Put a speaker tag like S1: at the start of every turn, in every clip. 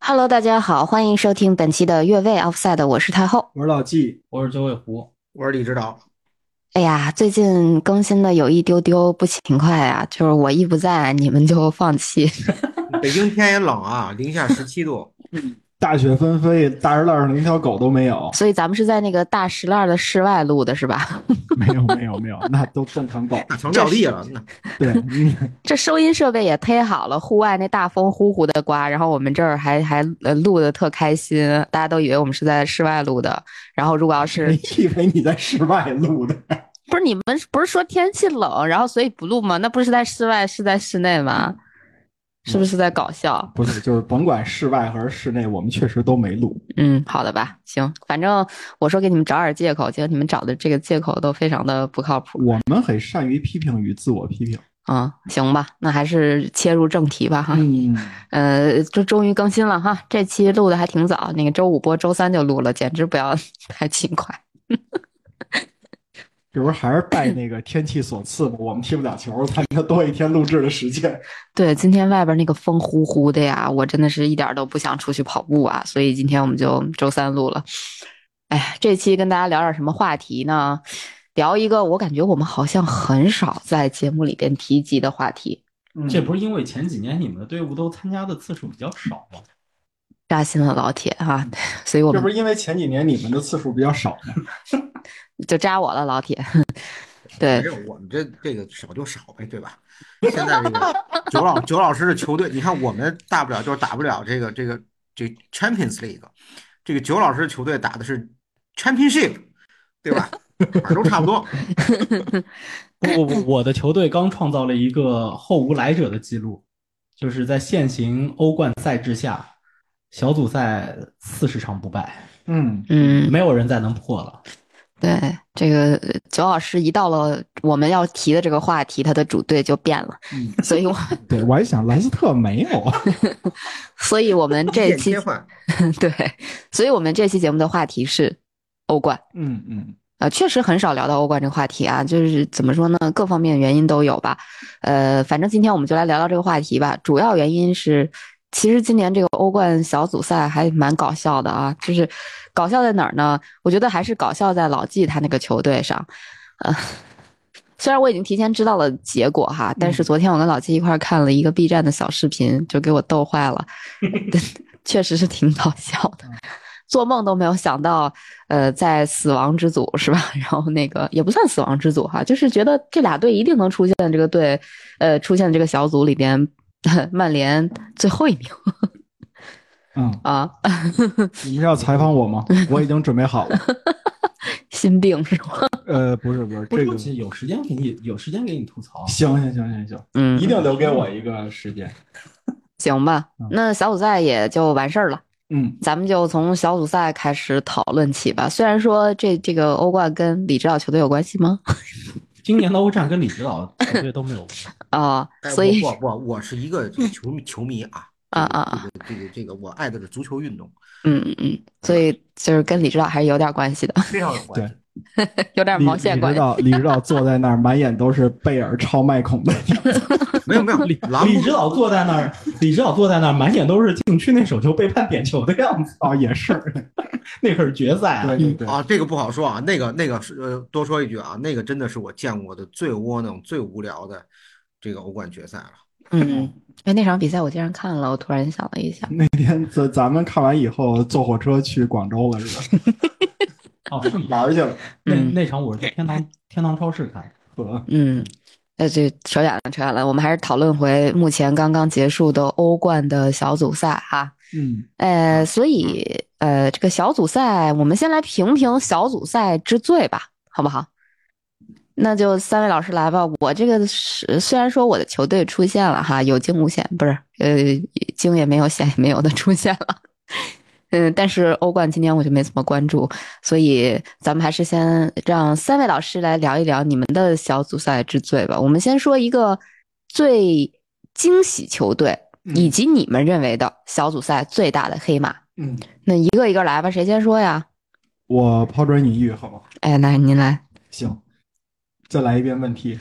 S1: Hello，大家好，欢迎收听本期的越位 Offside，我是太后。
S2: 我是老纪，
S3: 我是九尾狐，
S4: 我是李指导，
S1: 哎呀，最近更新的有一丢丢不勤快啊，就是我一不在，你们就放弃。，
S4: 北京天也冷啊，零下十七度。
S2: 大雪纷飞，大石烂上连条狗都没有
S1: 所以咱们是在那个大石烂的室外录的是吧？
S2: 没有没有没有，那都正常 狗。
S4: 那成撂地了，那
S2: 对， 嗯
S1: 这收音设备也忒好了，户外那大风呼呼的刮，然后我们这儿还还呃录的特开心，大家都以为我们是在室外录的。然后如果要是
S2: 谁以为你在室外录的？
S1: 不是你们不是说天气冷，然后所以不录吗？那不是在室外，是在室内吗？是不是在搞笑？
S2: 不是，就是甭管室外还是室内，我们确实都没录。
S1: 嗯，好的吧，行，反正我说给你们找点借口，结果你们找的这个借口都非常的不靠谱。
S2: 我们很善于批评与自我批评。
S1: 嗯，行吧，那还是切入正题吧哈。
S2: 嗯，
S1: 呃，这终于更新了哈，这期录的还挺早，那个周五播，周三就录了，简直不要太勤快。
S2: 这不是还是拜那个天气所赐吗？我们踢不了球，才能多一天录制的时间。
S1: 对，今天外边那个风呼呼的呀，我真的是一点儿都不想出去跑步啊，所以今天我们就周三录了。哎，这期跟大家聊点什么话题呢？聊一个我感觉我们好像很少在节目里边提及的话题。
S3: 这不是因为前几年你们的队伍都参加的次数比较少吗？
S1: 扎心了老铁哈、所以我
S2: 嗯这
S1: 们
S2: 不是因为前几年你们的次数比较少吗？
S1: 就扎我了老 铁。对
S4: 没，有我们这这个少就少呗，对吧？现在这个九老九老师的球队，你看我们大不了就是打不了这个这个这 Champions League，这个九老师的球队打的是 Championship，对吧？哪儿都差 不多。
S3: 不不不，我的球队刚创造了一个后无来者的记录，就是在现行欧冠赛制下，小组赛四十场不败，
S2: 嗯，
S1: 嗯，
S3: 没有人再能破了。
S1: 对，这个九老师一到了我们要提的这个话题，他的主队就变了，
S2: 嗯
S1: 所以我
S2: 对，我还想莱斯特没有啊。
S1: 所以我们
S4: 一
S1: 这
S4: 键
S1: 期
S4: 切换，
S1: 对，所以我们这期节目的话题是欧冠。
S2: 嗯嗯，
S1: 呃，确实很少聊到欧冠这个话题啊，就是怎么说呢，各方面原因都有吧。呃，反正今天我们就来聊聊这个话题吧。主要原因是，其实今年这个欧冠小组赛还蛮搞笑的啊，就是搞笑在哪儿呢？我觉得还是搞笑在老季他那个球队上。呃，虽然我已经提前知道了结果哈，但是昨天我跟老季一块儿看了一个 B 站的小视频，就给我逗坏了， 确实是挺搞笑的。做梦都没有想到，呃，在死亡之组是吧？ 然后那个也不算死亡之组哈，就是觉得这俩队一定能出现这个队，呃，出现这个小组里边， 曼联最后一名
S2: 嗯，
S1: 啊，
S2: 你们是要采访我吗？我已经准备好了。
S1: 心病是吗？
S2: 呃，不是不是，
S3: 不
S2: 这
S3: 是
S2: 个行
S3: 有时间给你有时间给你吐槽。
S2: 行行行行，
S1: 嗯，
S2: 一定留给我一个时间。
S1: 行吧
S2: 嗯。
S1: 那小组赛也就完事儿了。
S2: 嗯，
S1: 咱们就从小组赛开始讨论起吧。虽然说这这个欧冠跟李指导球队有关系吗？
S3: 今年的欧战跟李指 导球队都没有，
S1: 啊、
S4: 哎
S1: 所以
S4: 我我我我是一个这个球迷球迷啊。
S1: 啊啊啊，
S4: 这个这个这个，我爱的是足 球运动，
S1: 嗯嗯嗯，所以就是跟李指导还是有点关系的，
S4: 非常有关系。
S1: 有点毛线
S2: 李李
S1: 关
S2: 指
S1: 系。
S2: 导，李指 导坐在那儿，满眼都是贝尔超麦孔的。
S4: 没有没有，狼
S3: 李指导坐在那儿，李指导坐在那儿，满眼都是禁区那手球被判点球的样子，
S2: 哦，也是，
S3: 那可是决赛啊！
S2: 对对对，
S4: 啊，这个不好说啊，那个那个是呃，多说一句啊，那个真的是我见过的最窝囊、最无聊的这个欧冠决赛了。
S1: 嗯，嗯，哎，那场比赛我竟然看了，我突然想了一下，
S2: 那天咱咱们看完以后，坐火车去广州了，是吧？
S3: 哦，是吗
S2: 玩儿去了。
S3: 那
S1: 嗯
S3: 那场我是在天堂天堂超市看的。
S2: 呵
S1: 嗯，那这扯远了，扯远了，我们还是讨论回目前刚刚结束的欧冠的小组赛哈。
S2: 嗯，
S1: 呃，所以呃，这个小组赛，我们先来评评小组赛之最吧，好不好？那就三位老师来吧。我这个是虽然说我的球队出现了哈，有惊无险，不是呃，惊也没有，险也没有的出现了。 嗯，但是欧冠今年我就没怎么关注，所以咱们还是先让三位老师来聊一聊你们的小组赛之最吧。我们先说一个最惊喜球队，
S2: 嗯
S1: 以及你们认为的小组赛最大的黑马。
S2: 嗯，
S1: 那一个一个来吧，谁先说呀？
S2: 我抛砖引玉，好吗？
S1: 哎，来您来，
S2: 行，再来一遍问题。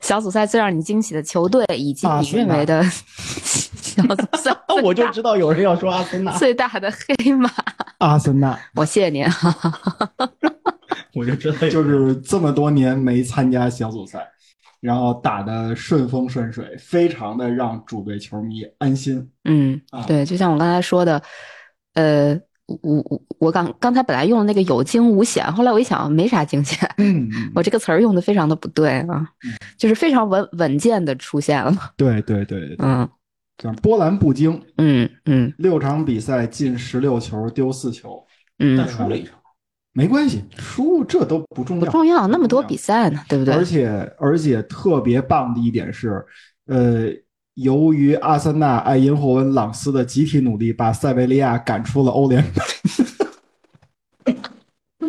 S1: 小组赛最让你惊喜的球队，以及
S2: 巴
S1: 你
S2: 塞
S1: 认
S2: 纳
S1: 为的小组赛
S3: 啊哦我就知道有人要说阿森纳，
S1: 最大的黑马。
S2: 阿森纳
S1: 我谢谢您啊，
S3: 我就知道有
S2: 就是这么多年没参加小组赛，然后打得顺风顺水，非常的让主队球迷安心。
S1: 嗯
S2: 啊，
S1: 对，就像我刚才说的，呃，我我我刚刚才本来用的那个有惊无险，后来我一想没啥惊险，
S2: 嗯，
S1: 我这个词儿用的非常的不对啊，就是非常稳稳健的出现了，
S2: 对对对对，
S1: 嗯
S2: 这样波澜不惊，
S1: 嗯嗯
S2: 六场比赛进十六球，丢四球，
S3: 但
S1: 嗯，
S3: 输了一场。
S2: 没关系，输这都不重
S1: 不
S2: 要，
S1: 重要，那么多比赛呢，对不对
S2: 而？且而且特别棒的一点是，呃，由于阿森纳、爱因霍温、朗斯的集体努力，把塞维利亚赶出了欧联杯。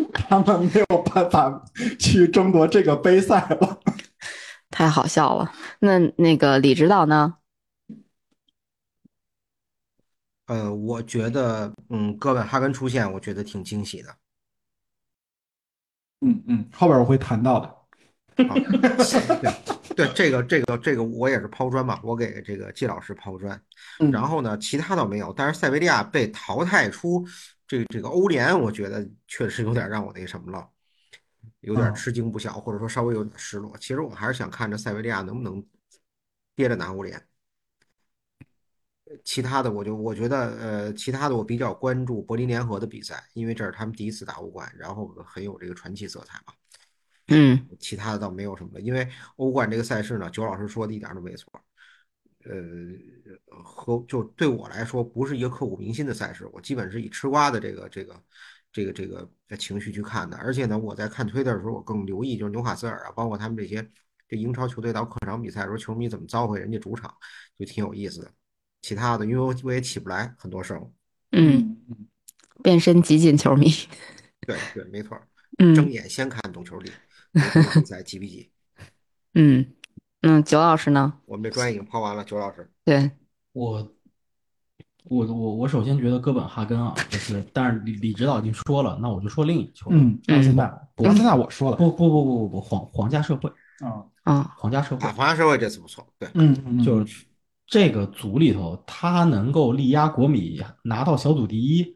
S2: 他们没有办法去争夺这个杯赛了。
S1: 太好笑了。那那个李指导呢？
S4: 呃，我觉得，嗯，哥本哈根出现，我觉得挺惊喜的。
S2: 嗯嗯，后边我会谈到的。
S4: 啊，对，对，这个这个这个我也是抛砖嘛，我给这个季老师抛砖。然后呢，其他倒没有，但是塞维利亚被淘汰出这这个欧联，我觉得确实有点让我那什么了，有点吃惊不小，或者说稍微有点失落。其实我还是想看着塞维利亚能不能憋着拿欧联。其他的我就我觉得呃，其他的我比较关注柏林联合的比赛，因为这是他们第一次打欧冠，然后很有这个传奇色彩嘛。
S1: 嗯
S4: 其他的倒没有什么了，因为欧冠这个赛事呢，九老师说的一点儿都没错。呃，和就对我来说，不是一个刻骨铭心的赛事，我基本是以吃瓜的这个这个这个这个呃情绪去看的。而且呢，我在看推特的时候，我更留意就是纽卡斯尔啊，包括他们这些这英超球队到客场比赛的时候，球迷怎么召回人家主场，就挺有意思的。其他的，因为我我也起不来很多事儿。
S1: 嗯，
S2: 嗯
S1: 变身极尽球 迷，
S4: 对对，没错儿，睁
S1: 嗯
S4: 眼先看懂球帝，懂球比赛急不急？
S1: 嗯嗯，九老师呢？
S4: 我们这专业已经抛完了，九老师。
S1: 对，
S3: 我我我我首先觉得哥本哈根啊，就是，但是李李指导已经说了，那我就说另一个球队。
S2: 嗯，阿森纳，阿森纳我说了
S3: 不不不不不不，皇皇家社会，
S2: 啊，
S1: 啊，
S3: 皇家社会
S4: 啊，皇家社会这次不错，对，
S2: 嗯嗯
S3: 就是是这个组里头，他能够力压国米拿到小组第一，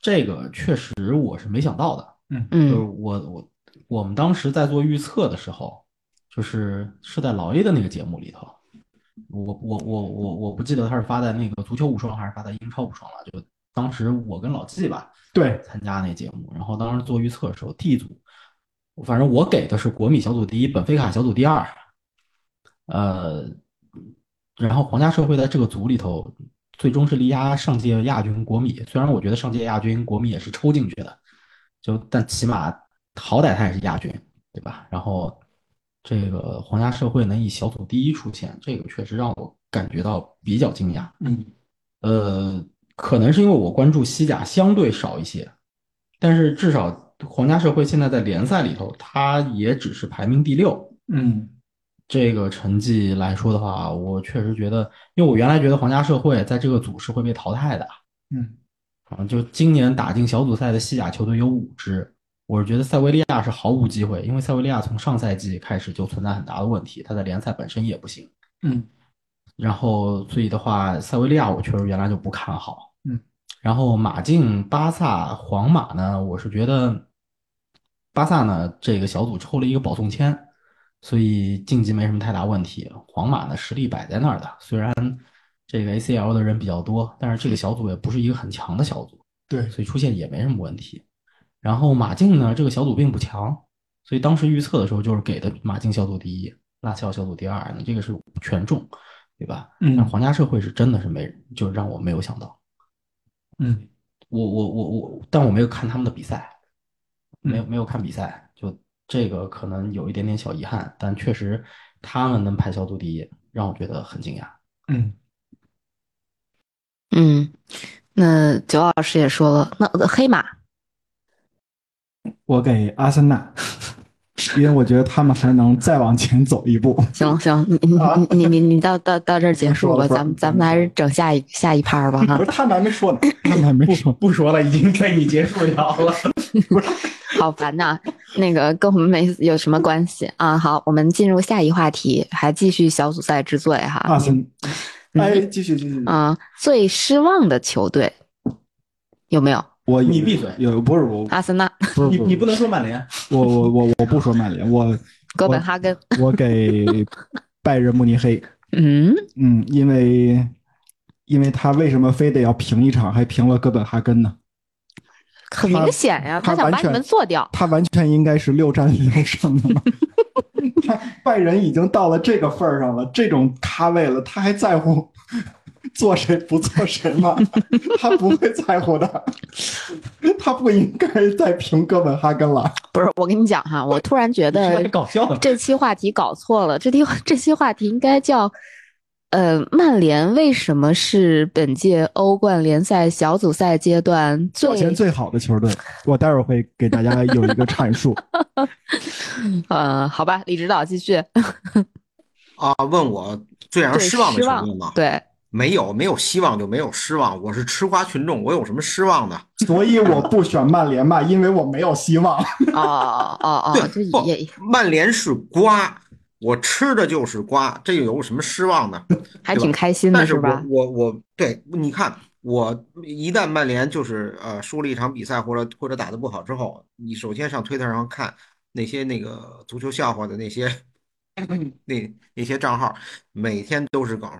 S3: 这个确实我是没想到的。就是
S2: 呃
S1: 嗯
S3: 呃我我我们当时在做预测的时候，就是是在老 A 的那个节目里头，我我我我我不记得他是发在那个足球无双还是发在英超无双了，就当时我跟老季吧
S2: 对，
S3: 参加那节目，然后当时做预测的时候，D 组，反正我给的是国米小组第一，本菲卡小组第二，呃，然后皇家社会在这个组里头。最终是力压上届亚军国米，虽然我觉得上届亚军国米也是抽进去的，就但起码好歹他也是亚军，对吧？然后这个皇家社会能以小组第一出现，这个确实让我感觉到比较惊讶。
S2: 嗯
S3: 呃，可能是因为我关注西甲相对少一些，但是至少皇家社会现在在联赛里头，他也只是排名第六。
S2: 嗯
S3: 这个成绩来说的话，我确实觉得，因为我原来觉得皇家社会在这个组是会被淘汰的，
S2: 嗯
S3: 啊，就今年打进小组赛的西甲球队有五支，我是觉得塞维利亚是毫无机会，因为塞维利亚从上赛季开始就存在很大的问题，他在联赛本身也不行。
S2: 嗯
S3: 然后，所以的话，塞维利亚我确实原来就不看好。
S2: 嗯，
S3: 然后马竞、巴萨、皇马呢，我是觉得巴萨呢这个小组抽了一个保送签，所以晋级没什么太大问题。皇马呢实力摆在那儿的，虽然这个 ACL 的人比较多，但是这个小组也不是一个很强的小组。
S2: 对，
S3: 所以出现也没什么问题。然后马竞呢，这个小组并不强，所以当时预测的时候就是给的马竞小组第一，拉齐奥小组第二，你这个是权重，对吧？
S2: 嗯
S3: 但皇家社会是真的是没，就是让我没有想到，
S2: 嗯
S3: 我我我我，但我没有看他们的比赛，没有
S2: 嗯
S3: 没有看比赛，就这个可能有一点点小遗憾，但确实他们能排小组第一，让我觉得很惊讶。
S2: 嗯，
S1: 嗯，那九老师也说了，那黑马，
S2: 我给阿森纳， 因为我觉得他们还能再往前走一步。
S1: 行 行，你你
S2: 啊
S1: 你你你到到到这儿结束
S2: 说
S1: 吧，
S2: 了不是
S1: 咱们咱们还是整下一下一趴儿吧哈
S2: 不。是他们还没说呢，他们还没说。
S3: 不说了，已经被你结束掉了。
S1: 好烦呐、那个跟我们没有什么关系啊。好，我们进入下一话题，还继续小组赛之最哈。
S2: 阿森哎，继续继续，
S1: 啊、最失望的球队有没有？
S2: 我
S3: 你闭嘴
S2: 有不是我，
S1: 阿森纳、
S2: 不是
S3: 你
S2: 不
S3: 你
S2: 是
S3: 不能说曼联，
S2: 我我我我不说曼联，我
S1: 哥本哈根。
S2: 我给拜仁慕尼黑。
S1: 嗯，
S2: 嗯，因为因为他为什么非得要平一场，还平了哥本哈根呢？
S1: 很明显呀、
S2: 他
S1: 想
S2: 完
S1: 把你
S2: 全
S1: 们做掉。
S2: 他完全应该是六战六胜的嘛。他拜仁已经到了这个份儿上了，这种咖位了，他还在乎做谁不做谁吗？他不会在乎的，他不应该再平哥本哈根了。
S1: 不是，我跟你讲哈，我突然觉
S3: 你
S1: 得
S3: 太搞笑了。
S1: 这期话题搞错了，这题 这期话题应该叫，呃，曼联为什么是本届欧冠联赛小组赛阶段
S2: 目前
S1: 最
S2: 最好的球队，我待会儿会给大家有一个 阐述。
S1: 呃，好吧，李指导继 续，
S4: 啊，问我最让人
S1: 对
S4: 失望的
S1: 失
S4: 球
S1: 望
S4: 队吗？
S1: 对，
S4: 没有，没有希望就没有失望。我是吃瓜群众，我有什么失望的？
S2: 所以我不选曼联嘛，因为我没有希望。
S1: 哦哦哦，这
S4: 对，不
S1: 也，
S4: 曼联是瓜，我吃的就是瓜，这有什么失望的？
S1: 还挺开心的
S4: 但是我
S1: 吧？
S4: 我我对，你看，我一旦曼联就是呃输了一场比赛或者或者打得不好之后，你首先上推特上看那些那个足球笑话的那些 那那些账号，每天都是梗。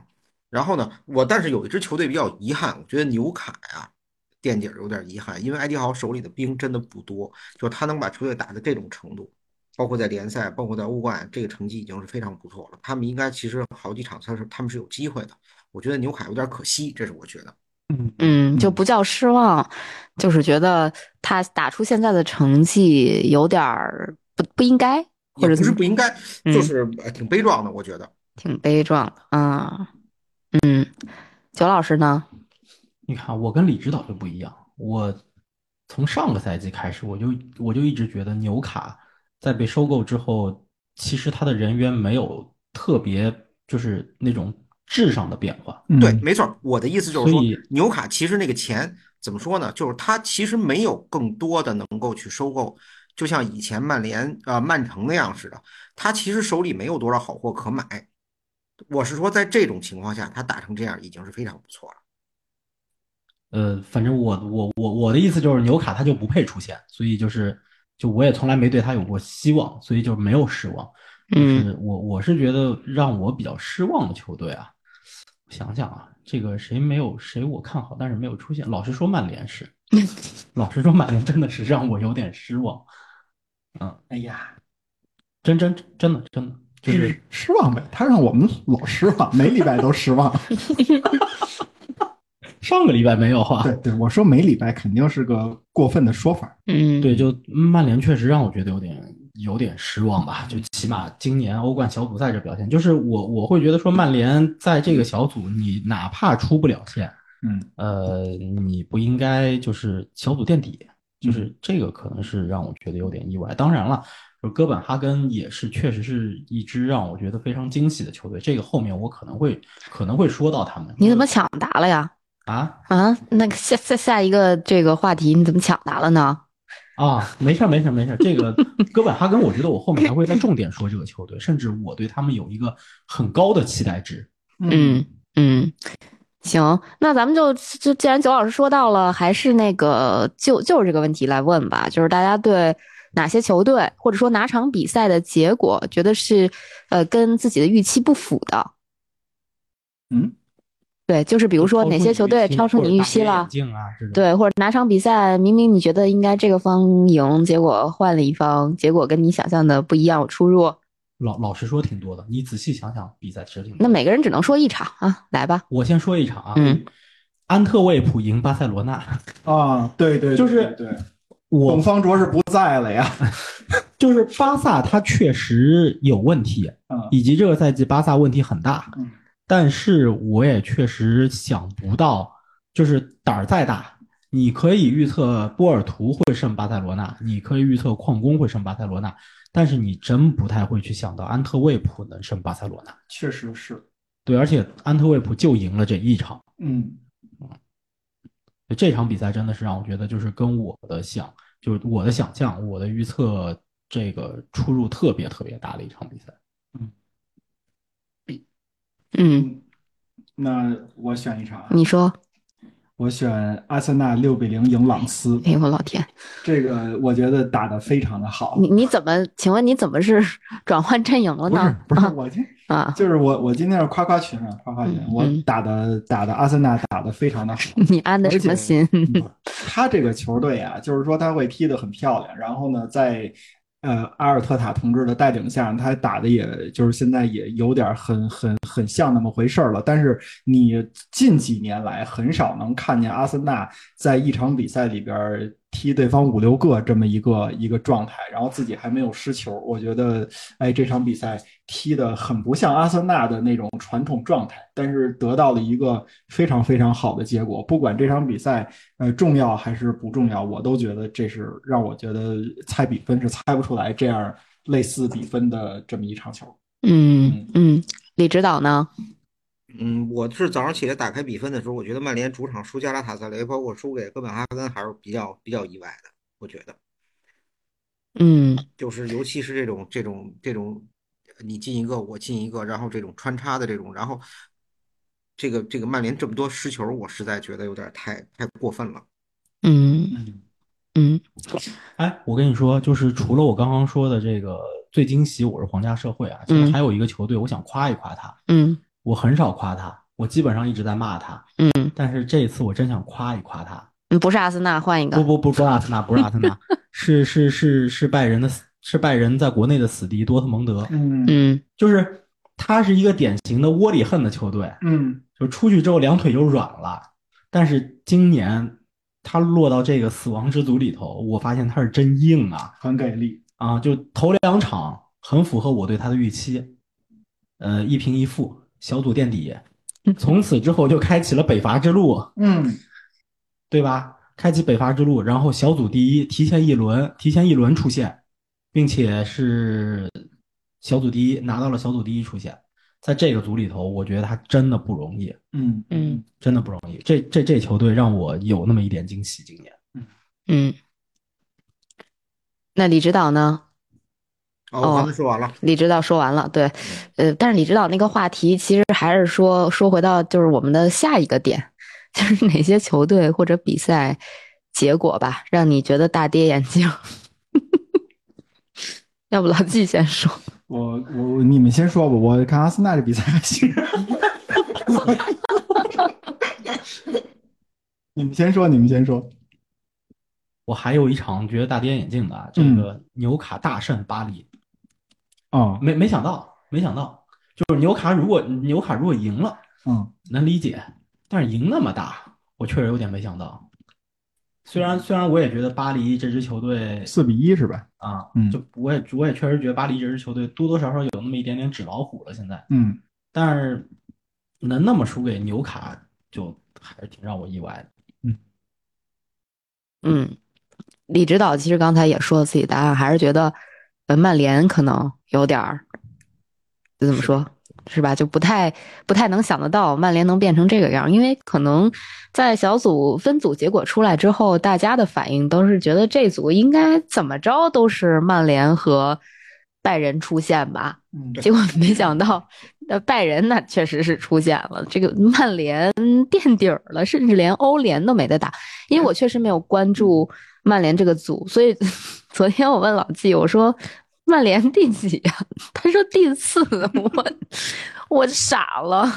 S4: 然后呢，我但是有一支球队比较遗憾，我觉得纽卡呀、垫底儿有点遗憾，因为埃迪豪手里的兵真的不多，就是他能把球队打到这种程度，包括在联赛，包括在欧冠，这个成绩已经是非常不错了。他们应该其实好几场他是他们是有机会的。我觉得纽卡有点可惜，这是我觉得。
S2: 嗯
S1: 嗯，就不叫失望，就是觉得他打出现在的成绩有点儿不不应该，或
S4: 也
S1: 者
S4: 不
S1: 怎
S4: 是
S1: 么
S4: 不应该，
S1: 嗯
S4: 就是呃挺悲壮的，我觉得。
S1: 挺悲壮的啊。嗯，九老师呢？
S3: 你看，我跟李指导就不一样，我从上个赛季开始，我就我就一直觉得纽卡在被收购之后，其实他的人员没有特别就是那种质上的变化。
S2: 嗯
S4: 对，没错儿，我的意思就是说
S3: 所以，
S4: 纽卡其实那个钱怎么说呢？就是他其实没有更多的能够去收购，就像以前曼联呃曼城那样似的，他其实手里没有多少好货可买。我是说，在这种情况下，他打成这样已经是非常不错了。
S3: 呃，反正我我我我的意思就是纽卡他就不配出现，所以就是就我也从来没对他有过希望，所以就没有失望。
S1: 嗯
S3: 是我我是觉得让我比较失望的球队啊，我想想啊，这个谁没有谁我看好，但是没有出现。老实说，曼联是，老实说，曼联真的是让我有点失望。嗯，
S2: 哎呀，
S3: 真真真的真的就是
S2: 失望呗，他让我们老失望，每礼拜都失望。
S3: 上个礼拜没有啊。
S2: 对对，我说每礼拜肯定是个过分的说法。
S1: 嗯，
S3: 对，就曼联确实让我觉得有点有点失望吧。就起码今年欧冠小组赛这表现，就是我我会觉得说曼联在这个小组，你哪怕出不了线，
S2: 嗯，
S3: 呃，你不应该就是小组垫底，就是这个可能是让我觉得有点意外。当然了，就哥本哈根也是确实是一支让我觉得非常惊喜的球队，这个后面我可能会可能会说到他们。
S1: 你怎么抢答了呀？
S3: 啊
S1: 啊，那个下下下一个这个话题你怎么抢答了呢？
S3: 啊？没事儿没事儿没事儿，这个哥本哈根，我觉得我后面还会再重点说这个球队，甚至我对他们有一个很高的期待值。
S1: 嗯嗯，行，那咱们就就既然九老师说到了，还是那个就就是这个问题来问吧，就是大家对哪些球队或者说哪场比赛的结果觉得是呃跟自己的预期不符的？
S2: 嗯，
S1: 对，就是比
S3: 比
S1: 如说哪些球队超出你预期了？
S3: 镜啊这种。
S1: 对，或者哪场比赛明明你觉得应该这个方赢，结果换了一方，结果跟你想象的不一样，有出入。
S3: 老老实说挺多的，你仔细想想，比赛其实挺多的。
S1: 那每个人只能说一场啊，来吧，
S3: 我先说一场啊，
S1: 嗯
S3: 安特卫普赢巴塞罗那，
S2: 啊，对对，对
S3: 就是
S2: 对，
S3: 我
S2: 董方卓是不在了呀。
S3: 就是巴萨，他确实有问题，
S2: 嗯
S3: 以及这个赛季巴萨问题很大
S2: 嗯。
S3: 但是我也确实想不到，就是胆儿再大，你可以预测波尔图会胜巴塞罗那，你可以预测矿工会胜巴塞罗那，但是你真不太会去想到安特卫普能胜巴塞罗那。
S2: 确实是，
S3: 对，而且安特卫普就赢了这一场。
S2: 嗯
S3: 就这场比赛真的是让我觉得，就是跟我的想，就是我的想象，我的预测，这个出入特别特别大的一场比赛。
S1: 嗯，
S2: 嗯那我选一场，啊
S1: 你说，
S2: 我选阿森纳六比零赢朗斯，
S1: 哎呦我老天，
S2: 这个我觉得打得非常的好。
S1: 你你怎么？请问你怎么是 转换阵营了
S2: 不
S1: 呢？
S2: 是不是，我今
S1: 啊，
S2: 就是我我今天是夸夸群啊，夸夸群
S1: 嗯，
S2: 我
S1: 嗯
S2: 打的打的阿森纳打得非常的好。
S1: 你安的什么心？
S2: 嗯 他这个球队啊，就是说他会踢得很漂亮，然后呢，在呃阿尔特塔同志的带领下，他打的也就是现在也有点很很很像那么回事儿了。但是你近几年来很少能看见阿森纳在一场比赛里边儿踢对方五六个这么一个一个状态，然后自己还没有失球。我觉得，哎，这场比赛踢得很不像阿森纳的那种传统状态，但是得到了一个非常非常好的结果。不管这场比赛呃重要还是不重要，我都觉得这是让我觉得猜比分是猜不出来这样类似比分的这么一场球。
S1: 嗯嗯，李指导呢？
S4: 嗯，我是早上起来打开比分的时候，我觉得曼联主场输加拉塔萨雷，包括输给哥本哈根，还是比较比较意外的。我觉得，
S1: 嗯
S4: 就是尤其是这种这种这种，你进一个我进一个，然后这种穿插的这种，然后这个这个曼联这么多失球，我实在觉得有点太太过分了。
S1: 嗯
S2: 嗯，
S1: 嗯
S3: 哎，我跟你说，就是除了我刚刚说的这个最惊喜，我是皇家社会啊，其实
S1: 嗯
S3: 还有一个球队，我想夸一夸他。
S1: 嗯
S3: 我很少夸他，我基本上一直在骂他，
S1: 嗯，
S3: 但是这一次我真想夸一夸他。
S1: 嗯不是阿森纳，换一
S3: 不
S1: 个。
S3: 不不，不是阿森纳，不是阿森纳，是是是是拜仁的死，是拜仁在国内的死敌多特蒙德，
S2: 嗯
S1: 嗯
S3: 就是他是一个典型的窝里横的球队，
S2: 嗯，
S3: 就出去之后两腿就软了。但是今年他落到这个死亡之组里头，我发现他是真硬啊
S2: 很给力。
S3: 啊！就头两场很符合我对他的预期，呃，一平一负，小组垫底，从此之后就开启了北伐之路。
S2: 嗯，
S3: 对吧？开启北伐之路，然后小组第一，提前一轮，提前一轮出现，并且是小组第一，拿到了小组第一出现。在这个组里头，我觉得他真的不容易，
S2: 嗯
S1: 嗯
S3: 真的不容易。这这这球队让我有那么一点惊喜，今年。
S1: 嗯，那李指导呢？
S4: 哦，我
S1: 哦
S4: 刚才说完了。
S1: 李指导说完了，对，呃，但是李指导那个话题其实还是说说回到就是我们的下一个点， 就是哪些球队或者比赛结果吧，让你觉得大跌眼镜。 要不老季先说，
S2: 我我你们先说吧，我看阿森纳这比赛还行。你们先说，你们先说。
S3: 我还有一场觉得大跌眼镜的啊，这个
S2: 嗯
S3: 纽卡大胜巴黎，
S2: 哦，
S3: 没没想到，没想到，就是纽卡如果纽卡如果赢了，
S2: 嗯
S3: 能理解，但是赢那么大，我确实有点没想到。虽然虽然我也觉得巴黎这支球队
S2: 四比一是吧？
S3: 啊，
S2: 嗯
S3: 就我也我也确实觉得巴黎这支球队多多少少有那么一点点纸老虎了，现在，
S2: 嗯
S3: 但是能那么输给纽卡，就还是挺让我意外的。
S1: 嗯，李指导其实刚才也说了自己答案，还是觉得，呃，曼联可能有点儿，就怎么说，是吧？就不太不太能想得到曼联能变成这个样儿，因为可能在小组分组结果出来之后，大家的反应都是觉得这组应该怎么着都是曼联和拜仁出现吧，
S2: 嗯
S1: 结果没想到，那拜仁那确实是出现了，这个曼联垫底儿了，甚至连欧联都没得打。因为我确实没有关注曼联这个组，所以 昨天我问老季，我说曼联第几呀、 他说第四，我我傻了。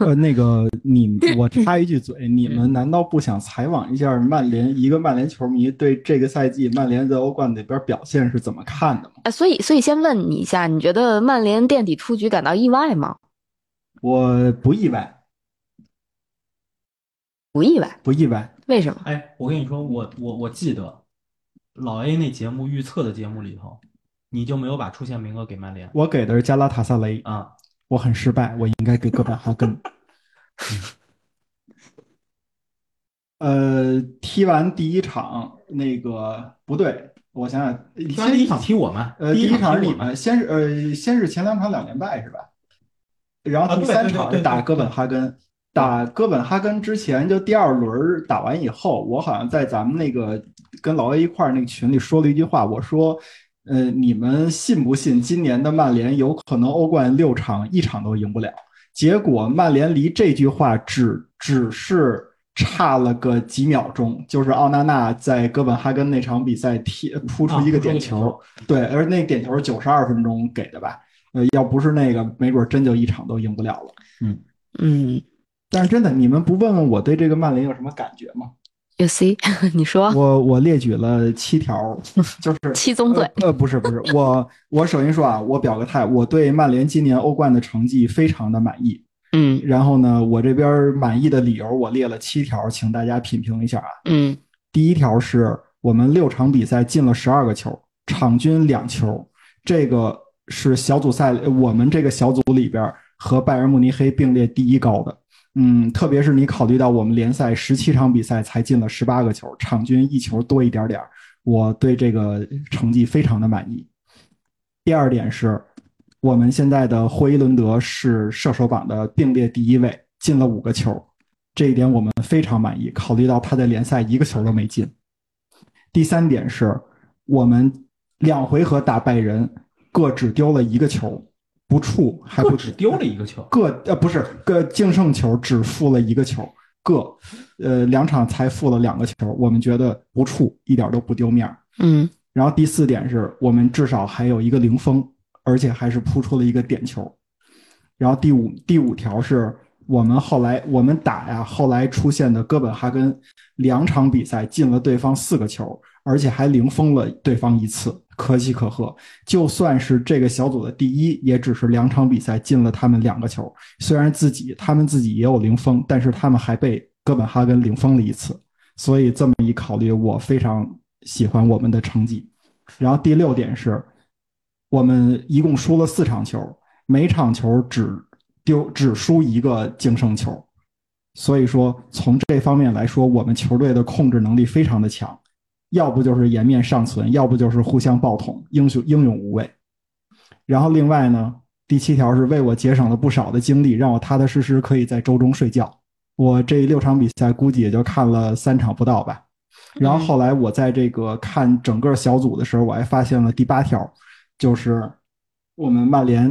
S2: 呃，那个你，我插一句嘴，你们难道不想采访一下曼联一个曼联球迷对这个赛季曼联在欧冠里边表现是怎么看的吗？
S1: 啊，所以所以先问你一下，你觉得曼联垫底出局感到意外吗？
S2: 我不意外，
S1: 不意外，
S2: 不意外。
S1: 为什么？
S3: 哎，我跟你说，我我我记得老 A 那节目预测的节目里头，你就没有把出线名额给曼联
S2: 我给的是加拉塔萨雷，
S3: 啊？
S2: 我很失败，我应该给哥本哈根。呃，踢完第一场，那个不对，我想想，
S3: 你
S2: 先
S3: 第一场踢我们，
S2: 呃，第
S3: 第一
S2: 一场是
S3: 踢
S2: 你
S3: 我们
S2: 们，先是呃，先是前两场两连败是吧？然后
S3: 啊
S2: 第
S3: 对
S2: 三
S3: 对对
S2: 场
S3: 对
S2: 是打
S3: 对
S2: 哥本哈根，打哥本哈根之前就第二轮儿打完以后，我好像在咱们那个跟老 A 一块儿那个群里说了一句话，我说，呃，你们信不信今年的曼联有可能欧冠六场一场都赢不了？结果曼联离这句话只只是差了个几秒钟，就是奥纳纳在哥本哈根那场比赛踢扑出一个点球，
S3: 嗯啊
S2: 对，而那个点球是九十二分钟给的吧？呃，要不是那个，没准真就一场都赢不了了。
S1: 嗯
S2: 但是真的，你们不问问我对这个曼联有什么感觉吗？
S1: ，You see，你 说
S2: 我我列举了七条， 就是
S1: 啊七宗罪，
S2: 呃，呃不是不是，我我首先说啊，我表个态，我对曼联今年欧冠的成绩非常的满意。
S1: 嗯
S2: 然后呢，我这边满意的理由我列了七条，请大家品评一下啊。
S1: 嗯
S2: 第一条是我们六场比赛进了十二个球，场均两球，这个是小组赛呃我们这个小组里边和拜仁慕尼黑并列第一高的。嗯，特别是你考虑到我们联赛十七场比赛才进了十八个球，场均一球多一点点儿，我对这个成绩非常的满意。第二点是，我们现在的霍伊伦德是射手榜的并列第一位，进了五个球，这一点我们非常满意。考虑到他在联赛一个球都没进。第三点是我们两回合打败人，各只丢了一个球，不触还不
S3: 啊不只丢了一个 球，
S2: 各呃不是各净胜球只负了一个球，各呃两场才负了两个球，我们觉得不怵，一点都不丢面儿。
S1: 嗯
S2: 然后第四点是我们至少还有一个零封，而且还是扑出了一个点球。然后第五第五条是我们后来我们打呀，后来出现的哥本哈根两场比赛进了对方四个球，而且还零封了对方一次，可喜可贺。就算是这个小组的第一，也只是两场比赛进了他们两个球，虽然自己他们自己也有零封，但是他们还被哥本哈根零封了一次。所以这么一考虑，我非常喜欢我们的成绩。然后第六点是，我们一共输了四场球，每场球只丢只输一个净胜球，所以说从这方面来说，我们球队的控制能力非常的强，要不就是颜面尚存，要不就是互相爆桶，英雄英勇无畏。然后另外呢，第七条是为我节省了不少的精力，让我踏踏实实可以在周中睡觉。我这六场比赛估计也就看了三场不到吧。然后
S3: 嗯
S2: 后来我在这个看整个小组的时候，我还发现了第八条，就是我们曼联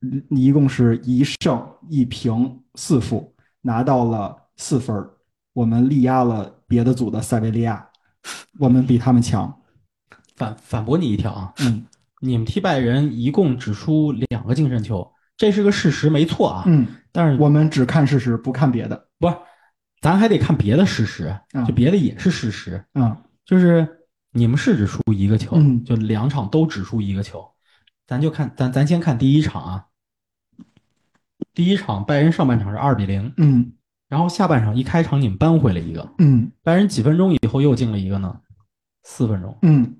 S2: 嗯一共是一胜一平四负，拿到了四分儿，我们力压了别的组的塞维利亚，我们比他们强。
S3: 反反驳你一条啊，
S2: 嗯
S3: 你们踢拜仁一共只输两个净胜球，这是个事实，没错啊。
S2: 嗯，
S3: 但是
S2: 我们只看事实，不看别的。
S3: 不是，咱还得看别的事实
S2: 嗯，
S3: 就别的也是事实，
S2: 嗯
S3: 就是你们是只输一个球，
S2: 嗯
S3: 就两场都只输一个球，咱就看咱咱先看第一场啊，第一场拜仁上半场是二比零，
S2: 嗯
S3: 然后下半场一开场你们扳回了一个，
S2: 嗯
S3: 拜仁几分钟以后又进了一个呢，四分钟，
S2: 嗯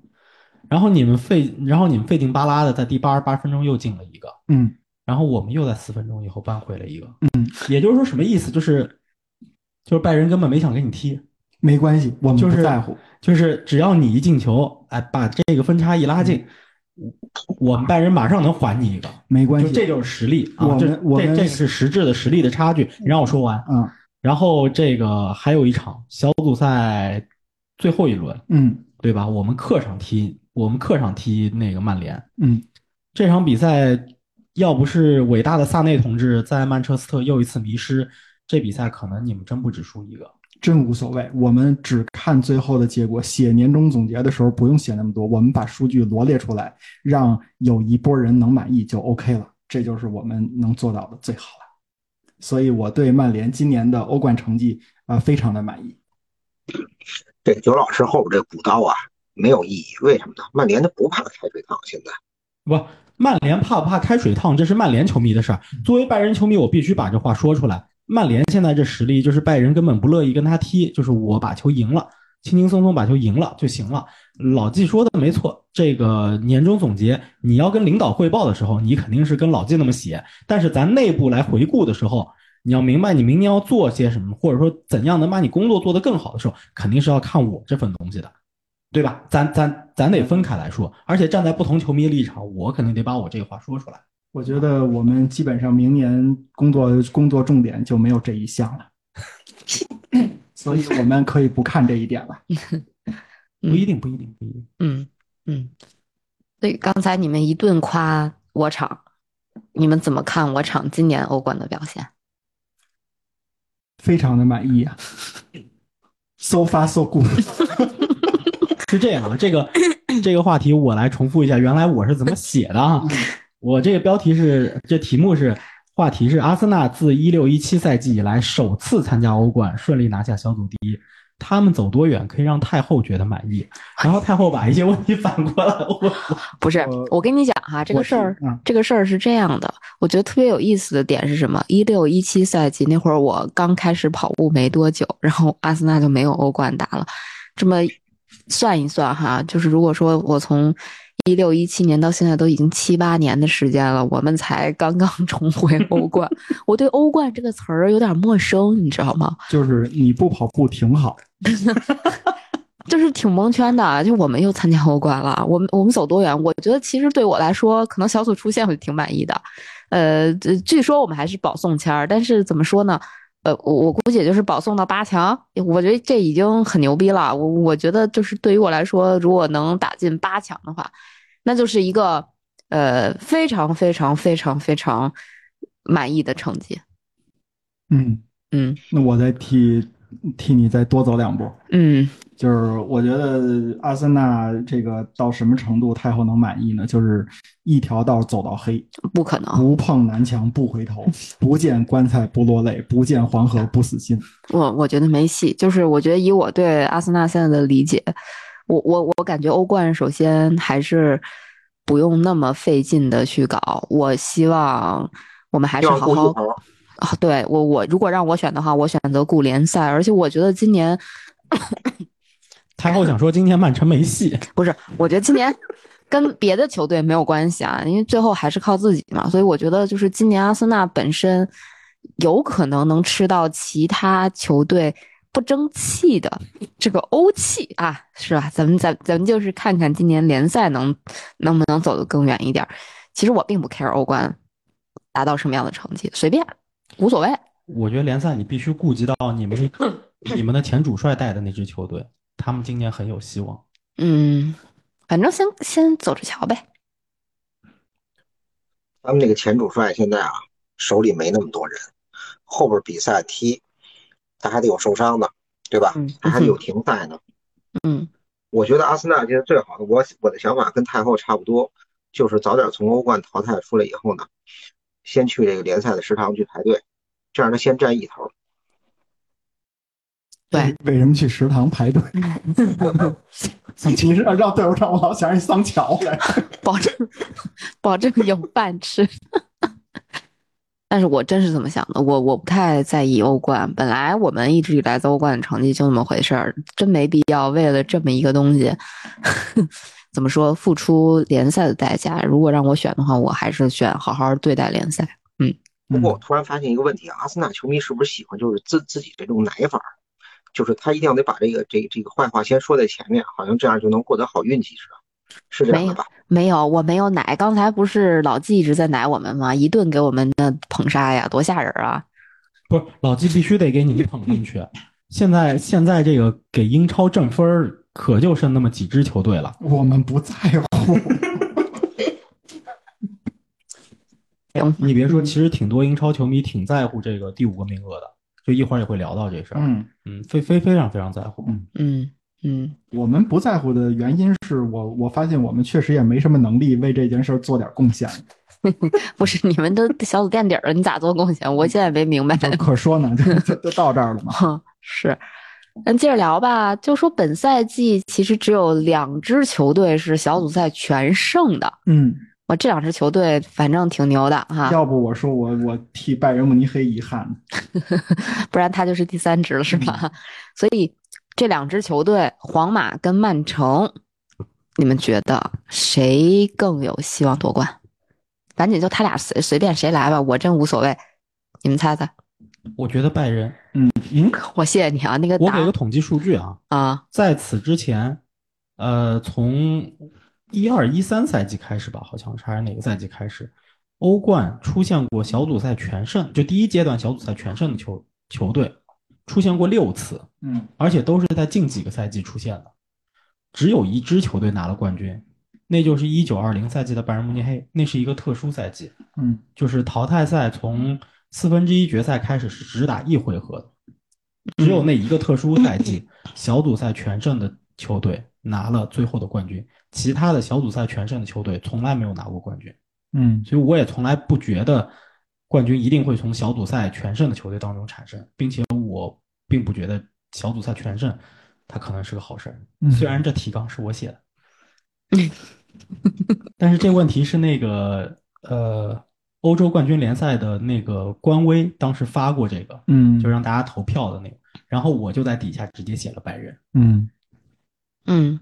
S3: 然后你们费然后你们费劲巴拉的在第八十八分钟又进了一个，
S2: 嗯
S3: 然后我们又在四分钟以后扳回了一个，嗯，也就是说什么意思？就是就是拜仁根本没想跟你踢，
S2: 没关系，我们
S3: 就
S2: 不
S3: 是
S2: 在乎。
S3: 就是只要你一进球，哎，把这个分差一拉近，我我们拜仁马上能还你一个，
S2: 没嗯关
S3: 就
S2: 系，
S3: 这就是实力啊！
S2: 我们
S3: 这
S2: 我们
S3: 这这是实质的实力的差距。你让我说完，
S2: 嗯
S3: 然后这个还有一场小组赛最后一轮，
S2: 嗯
S3: 对吧？我们客场踢，我们客场踢那个曼联，
S2: 嗯
S3: 这场比赛要不是伟大的萨内同志在曼彻斯特又一次迷失，这比赛可能你们真不只输一个。
S2: 真无所谓，我们只看最后的结果。写年终总结的时候不用写那么多，我们把数据罗列出来，让有一波人能满意就 OK 了，这就是我们能做到的最好了。所以我对曼联今年的欧冠成绩啊、呃非常的满意。
S5: 这九老师后边这补刀啊，没有意义。为什么呢？曼联他不怕开水烫，现在
S3: 不，曼联怕不怕开水烫，这是曼联球迷的事儿。作为拜仁球迷，我必须把这话说出来。曼联现在这实力，就是拜仁根本不乐意跟他踢，就是我把球赢了，轻轻松松把球赢了就行了。老季说的没错，这个年终总结，你要跟领导汇报的时候，你肯定是跟老季那么写，但是咱内部来回顾的时候。你要明白，你明年要做些什么，或者说怎样能把你工作做得更好的时候，肯定是要看我这份东西的。对吧？咱咱咱得分开来说，
S2: 嗯
S3: 而且站在不同球迷立场，我肯定得把我这个话说出来。
S2: 我觉得我们基本上明年工作工作重点就没有这一项了，所以我们可以不看这一点了。嗯
S3: 不一定，不一定，不一定。
S1: 嗯嗯，所以刚才你们一顿夸我场，你们怎么看我场今年欧冠的表现？
S2: 非常的满意啊，so far so good。
S3: 是这样啊，这个这个话题我来重复一下，原来我是怎么写的 啊？我这个标题是，这题目是，话题是阿森纳自一六一七赛季以来首次参加欧冠，顺利拿下小组第一。他们走多远可以让太后觉得满意？然后太后把一些问题反过来问我。
S1: 不是
S2: 我，
S1: 我跟你讲哈、这个
S2: 我
S1: 事儿，
S2: 嗯
S1: 这个事儿是这样的，我觉得特别有意思的点是什么？一六一七赛季那会儿，我刚开始跑步没多久，然后阿森纳就没有欧冠打了。这么算一算哈，就是如果说我从一六一七年到现在都已经七八年的时间了，我们才刚 刚重回欧冠。我对欧冠这个词儿有点陌生，你知道吗？
S2: 就是你不跑步挺好，
S1: 就是挺蒙圈的，就我们又参加欧冠了，我们我们走多远？我觉得其实对我来说，可能小组出线我就挺满意的。呃，这据说我们还是保送签儿，但是怎么说呢？呃，我我估计也就是保送到八强，我觉得这已经很牛逼了。我我觉得就是对于我来说，如果能打进八强的话，那就是一个呃非常非常非常非常满意的成绩。
S2: 嗯，
S1: 嗯
S2: 那我再替替你再多走两步。
S1: 嗯
S2: 就是我觉得阿森纳这个到什么程度太后能满意呢？就是一条道走到黑，
S1: 不可能，
S2: 不碰南墙不回头，不见棺材不落泪，不见黄河不死心。
S1: 我我觉得没戏，就是我觉得以我对阿森纳现在的理解，我我我感觉欧冠首先还是不用那么费劲的去搞，我希望我们还是
S5: 要
S1: 好
S5: 顾一
S1: 好
S5: 头，
S1: 啊，对我我如果让我选的话，我选择顾联赛，而且我觉得今年
S3: 太后想说今天曼城没戏，
S1: 不是，我觉得今年跟别的球队没有关系啊，因为最后还是靠自己嘛。所以我觉得就是今年阿森纳本身有可能能吃到其他球队不争气的这个欧气啊，是吧？咱们咱咱们就是看看今年联赛能能不能走得更远一点儿。其实我并不 care 欧冠达到什么样的成绩，随便无所谓。
S3: 我觉得联赛你必须顾及到你们你们的前主帅带的那支球队，他们今年很有希望。
S1: 嗯，反正先先走着瞧呗。
S5: 咱们那个前主帅现在啊，手里没那么多人，后边比赛踢，他还得有受伤呢，对吧
S1: 嗯？
S5: 他还得有停赛呢。
S1: 嗯
S5: 我觉得阿森纳现在最好的，我我的想法跟太后差不多，就是早点从欧冠淘汰出来以后呢，先去这个联赛的食堂去排队，这样他先占一头。
S1: 对，
S2: 为什么去食堂排队？其实让对我让我老想起桑乔来。
S1: 保证保证有饭吃。 但是我真是这么想的，我我不太在意欧冠。本来我们一直以来在欧冠的成绩就那么回事儿，真没必要为了这么一个东西， 怎么说付出联赛的代价。如果让我选的话，我还是选好好对待联赛。
S5: 不过我
S2: 嗯，
S5: 突然发现一个问题啊，阿森纳球迷是不是喜欢就是自自己这种奶法儿？就是他一定要得把这个这个、这个坏话先说在前面，好像这样就能获得好运气似的，是这样的吧？
S1: 没有，我没有奶。刚才不是老纪一直在奶我们吗？一顿给我们的捧杀呀，多吓人啊！
S3: 不是老季必须得给你捧进去。现在现在这个给英超挣分儿可就剩那么几支球队了。
S2: 我们不在乎。
S1: 行，
S3: 你别说，其实挺多英超球迷挺在乎这个第五个名额的，就一会儿也会聊到这事儿。
S2: 嗯，
S3: 嗯，非非非常非常在乎。
S1: 嗯嗯，
S2: 我们不在乎的原因是我我发现我们确实也没什么能力为这件事儿做点贡献。
S1: 不是你们都小组垫底儿了，你咋做贡献？我现在没明白。
S2: 就可说呢，就就就到这儿了嘛。
S1: 哼， 是。那接着聊吧，就说本赛季其实只有两支球队是小组赛全胜的。
S2: 嗯，
S1: 我这两支球队反正挺牛的哈，
S2: 要不我说我我替拜仁慕尼黑遗憾呢。
S1: 不然他就是第三支了，是
S3: 嗯
S1: 吧？ 所以这两支球队，皇马跟曼城，你们觉得谁更有希望夺冠？赶紧就他俩随随便谁来吧，我真无所谓。你们猜猜？
S3: 我觉得拜仁，
S1: 我谢谢你啊，那个
S3: 我
S1: 答
S3: 给个统计数据啊，
S1: 啊，
S3: 在此之前，呃，从一二一三赛季开始吧，好像是还是哪个赛季开始，欧冠出现过小组赛全胜，就第一阶段小组赛全胜的球球队出现过六次，
S2: 嗯，
S3: 而且都是在近几个赛季出现的，只有一支球队拿了冠军，那就是一九二零赛季的拜仁慕尼黑，那是一个特殊赛季，
S2: 嗯
S3: 就是淘汰赛从四分之一决赛开始是只打一回合的，只有那一个特殊赛季小组赛全胜的球队拿了最后的冠军，其他的小组赛全胜的球队从来没有拿过冠军。
S2: 嗯
S3: 所以我也从来不觉得冠军一定会从小组赛全胜的球队当中产生，并且我并不觉得小组赛全胜它可能是个好事儿。
S2: 嗯，
S3: 虽然这提纲是我写的，但是这问题是那个呃欧洲冠军联赛的那个官微当时发过这个，
S2: 嗯
S3: 就让大家投票的那个，然后我就在底下直接写了拜仁。
S2: 嗯
S1: 嗯，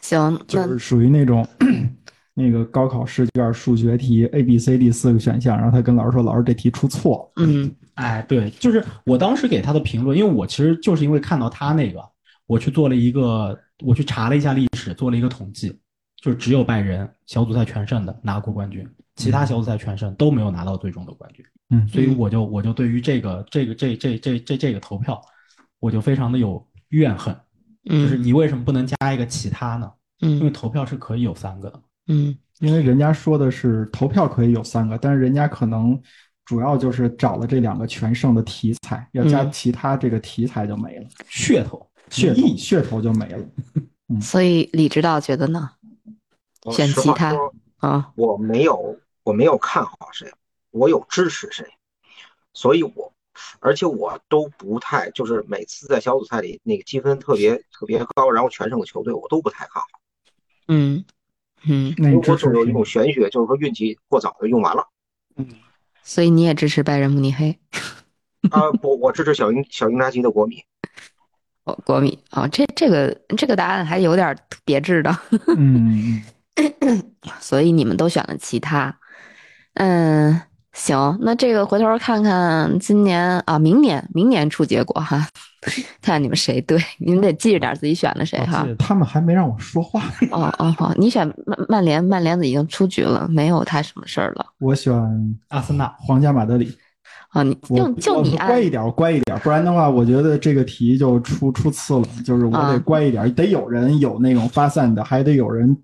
S1: 行，
S2: 就
S1: 那
S2: 是属于那种 那个高考试卷数学题 A B C D 四个选项，然后他跟老师说老师这题出错了，
S1: 嗯
S3: 哎，对，就是我当时给他的评论，因为我其实就是因为看到他那个，我去做了一个，我去查了一下历史，做了一个统计，就只有拜仁小组赛全胜的拿过冠军，其他小组赛全胜都没有拿到最终的冠军，
S2: 嗯
S3: 所以我就我就对于这个这个这这这这这个投票，我就非常的有怨恨，就是
S1: 嗯
S3: 你为什么不能加一个其他呢？因为
S1: 嗯
S3: 投票是可以有三个的，
S1: 嗯
S2: 因为人家说的是投票可以有三个，但是人家可能主要就是找了这两个全胜的题材，要加
S1: 嗯
S2: 其他这个题材就没了，
S3: 噱头，
S2: 嗯噱头
S3: 噱头，
S2: 噱头就没了。
S1: 嗯，所以李指导觉得呢？
S5: 我
S1: 选
S5: 实
S1: 其
S5: 话
S1: 他
S5: 说
S1: 啊，
S5: 我没有，我没有看好谁，我有支持谁，所以我，而且我都不太，就是每次在小组赛里那个积分特别特别高，然后全胜的球队，我都不太看好。
S1: 嗯嗯，
S2: 那你
S5: 我
S2: 支持
S5: 总有一
S2: 谁
S5: 种玄学，就是说运气过早的用完了。
S1: 所以你也支持拜仁慕尼黑
S5: 啊，我我支持小英小英扎吉的国米，
S1: 哦，国米哦，这这个这个答案还有点儿别致的。
S2: 嗯，
S1: 所以你们都选了其他。嗯，行，那这个回头看看今年啊，明年明年出结果哈， 看你们谁对，你们得记着点自己选了谁哈
S3: 我记。得
S2: 他们还没让我说话，
S1: 哦哦好，你选曼曼联，曼联已经出局了，没有他什么事儿了
S2: 我选
S3: 阿森纳，
S2: 皇家马德里。
S1: 啊。你
S2: 我
S1: 就就
S2: 我
S1: 你按
S2: 乖一点，我乖一点，不然的话，我觉得这个题就出出次了。就是我
S1: 啊
S2: 得乖一点，得有人有那种发散的，还得有人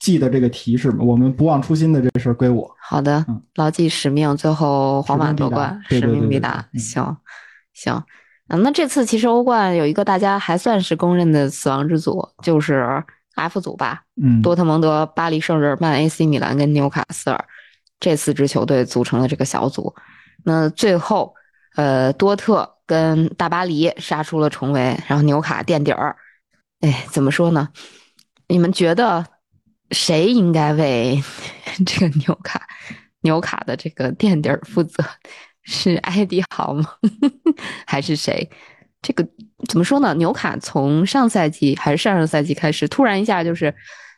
S2: 记得这个提示。我们不忘初心的这事儿归我。
S1: 好的
S2: 嗯，
S1: 牢记使命，最后皇马夺冠，
S2: 使
S1: 使
S2: 命
S1: 命
S2: 必
S1: 必
S2: 达
S1: 达。
S2: 对对对对嗯
S1: 行，行。嗯，那这次其实欧冠有一个大家还算是公认的死亡之组，就是 F 组吧，
S2: 嗯，
S1: 多特蒙德、巴黎圣日耳曼、AC 米兰跟纽卡斯尔这四支球队组成了这个小组。那最后，呃，多特跟大巴黎杀出了重围，然后纽卡垫底儿。哎，怎么说呢？你们觉得谁应该为 这个纽卡纽卡的这个垫底儿负责？ 是埃迪豪吗？ 还是谁？这个怎么说呢？纽卡从上赛季还是上上赛季开始，突然一下就是，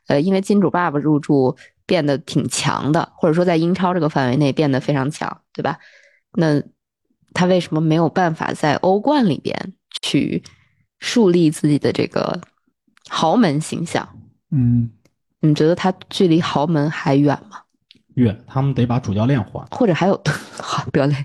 S1: 呃，因为金主爸爸入驻变得挺强的，或者说在英超这个范围内变得非常强，对吧？那他为什么没有办法在欧冠里边去树立自己的这个豪门形象？
S2: 嗯，
S1: 你觉得他距离豪门还远吗？
S3: 远，他们得把主教练换。
S1: 或者还有， 好，不要累，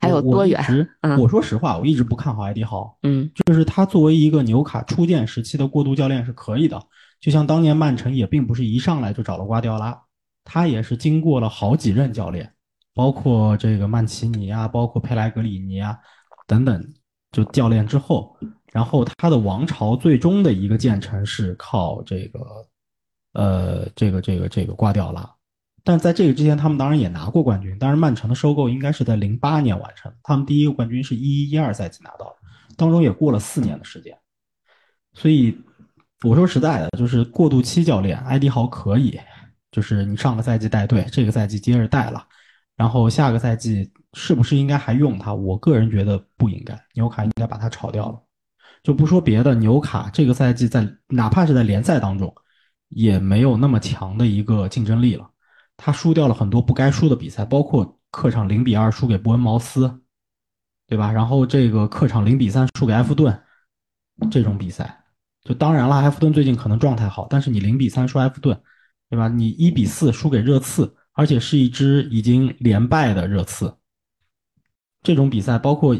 S1: 还有
S3: 我
S1: 多远
S3: 我一？直
S1: 嗯
S3: 我说实话，我一直不看好艾迪豪，
S1: 嗯
S3: 就是他作为一个纽卡初建时期的过渡教练是可以的，就像当年曼城也并不是一上来就找了瓜迪奥拉，他也是经过了好几任教练，包括这个曼奇尼啊，包括佩莱格里尼啊等等，就教练之后，然后他的王朝最终的一个建成是靠这个，呃，这个这个这个瓜迪奥拉。但在这个之前，他们当然也拿过冠军。但是曼城的收购应该是在零八年完成，他们第一个冠军是一一一二赛季拿到的，当中也过了四年的时间。所以我说实在的，就是过渡期教练埃迪豪可以，就是你上个赛季带队，这个赛季接着带了，然后下个赛季是不是应该还用他？我个人觉得不应该，纽卡应该把他炒掉了。就不说别的，纽卡这个赛季在哪怕是在联赛当中，也没有那么强的一个竞争力了。他输掉了很多不该输的比赛，包括客场零比二输给伯恩茅斯，对吧？然后这个客场零比三输给埃弗顿这种比赛，就当然了，埃弗顿最近可能状态好，但是你零比三输埃弗顿，对吧？你一比四输给热刺，而且是一支已经连败的热刺，这种比赛包括，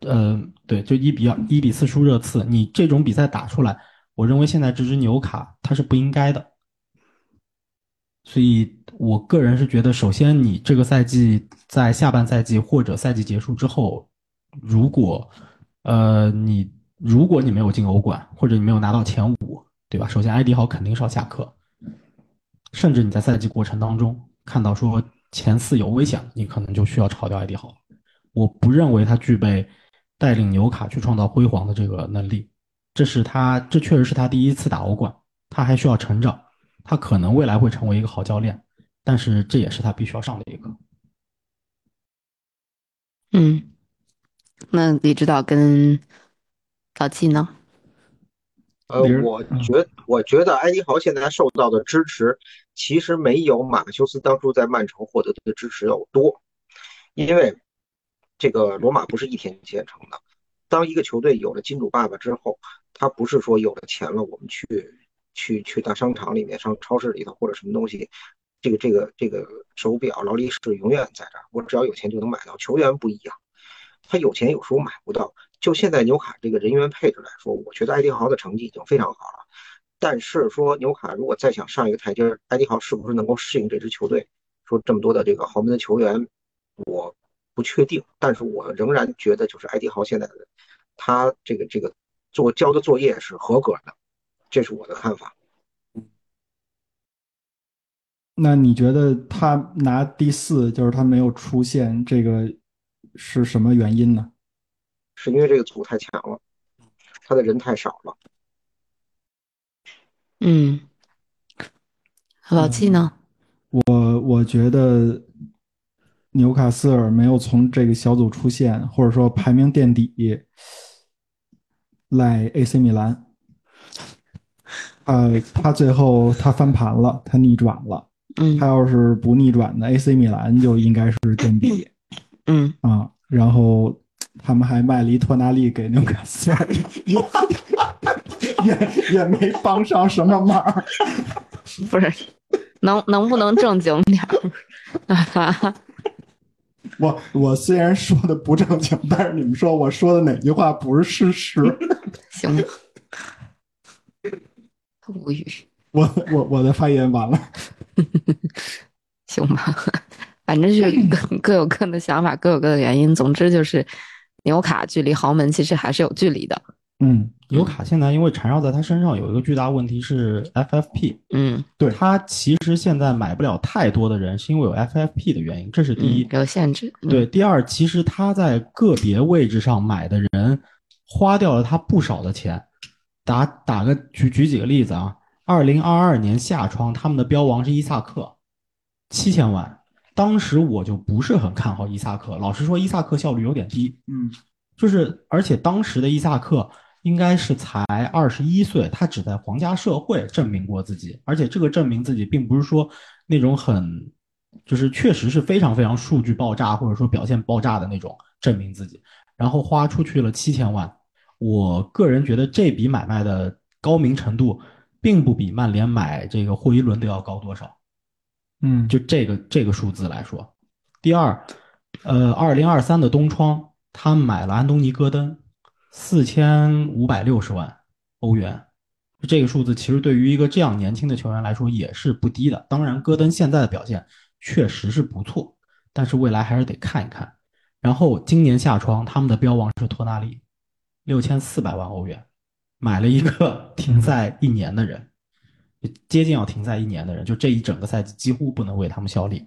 S3: 呃，对，就一比二、一比四输热刺，你这种比赛打出来，我认为现在这支纽卡它是不应该的，所以我个人是觉得，首先你这个赛季在下半赛季或者赛季结束之后，如果呃你如果你没有进欧冠，或者你没有拿到前五，对吧？首先埃迪豪肯定是要下课，甚至你在赛季过程当中看到说前四有危险，你可能就需要炒掉埃迪豪。我不认为他具备带领纽卡去创造辉煌的这个能力，这是他，这确实是他第一次打欧冠，他还需要成长，他可能未来会成为一个好教练，但是这也是他必须要上的一课。
S1: 嗯，那李指导跟老季呢？
S4: 呃，
S3: 比如嗯
S4: 我觉我觉得埃迪豪现在受到的支持，其实没有马修斯当初在曼城获得的支持要多，因为这个罗马不是一天建成的。当一个球队有了金主爸爸之后，他不是说有了钱了，我们去去去大商场里面、上超市里头或者什么东西，这个这个这个手表、劳力士永远在这儿，我只要有钱就能买到。球员不一样，他有钱有时候买不到。就现在纽卡这个人员配置来说，我觉得埃迪豪的成绩已经非常好了。但是说纽卡如果再想上一个台阶儿，埃迪豪是不是能够适应这支球队？说这么多的这个豪门的球员，我不确定。但是我仍然觉得，就是埃迪豪现在的他这个这个做交的作业是合格的，这是我的看法。
S2: 那你觉得他拿第四，就是他没有出现这个是什么原因呢？
S4: 是因为这个组太强了，他的人太少了。
S1: 嗯，老季呢？
S2: 我我觉得纽卡斯尔没有从这个小组出现，或者说排名垫底，赖 AC 米兰。呃，他最后他翻盘了，他逆转了。
S1: 嗯
S2: 他要是不逆转呢，AC 米兰就应该是垫底
S1: 嗯，
S2: 啊。然后他们还卖了一托纳利给纽卡斯尔，也也没帮上什么忙。
S1: 不是，能能不能正经 点儿？
S2: 我我虽然说的不正经，但是你们说我说的哪句话不是事实？
S1: 行吧，无语。
S2: 我我我的发言完了。
S1: 行吧， 反正是各各有各的想法，各有各的原因。总之就是，纽卡距离豪门其实还是有距离的。
S2: 嗯，
S3: 纽卡现在因为缠绕在他身上有一个巨大问题是 FFP，
S1: 嗯
S2: 对
S3: 他其实现在买不了太多的人，是因为有 FFP 的原因，这是第一
S1: 嗯，。有限制。嗯
S3: 对，第二，其实他在个别位置上买的人，花掉了他不少的钱。打打个举举几个例子啊，二零二二年夏窗他们的标王是伊萨克，七千万。当时我就不是很看好伊萨克，老实说，伊萨克效率有点低。
S2: 嗯，
S3: 就是而且当时的伊萨克应该是才二十一岁，他只在皇家社会证明过自己，而且这个证明自己并不是说那种很，就是确实是非常非常数据爆炸或者说表现爆炸的那种证明自己，然后花出去了七千万，我个人觉得这笔买卖的高明程度，并不比曼联买这个霍伊伦德要高多少。
S2: 嗯
S3: 就这个这个数字来说。第二，呃，二零二三的东窗，他买了安东尼·戈登，四千五百六十万欧元。这个数字其实对于一个这样年轻的球员来说也是不低的。当然，戈登现在的表现确实是不错，但是未来还是得看一看。然后今年夏窗，他们的标王是托纳利，六千四百万欧元，买了一个停赛一年的人，接近要停赛一年的人，就这一整个赛季几乎不能为他们效力。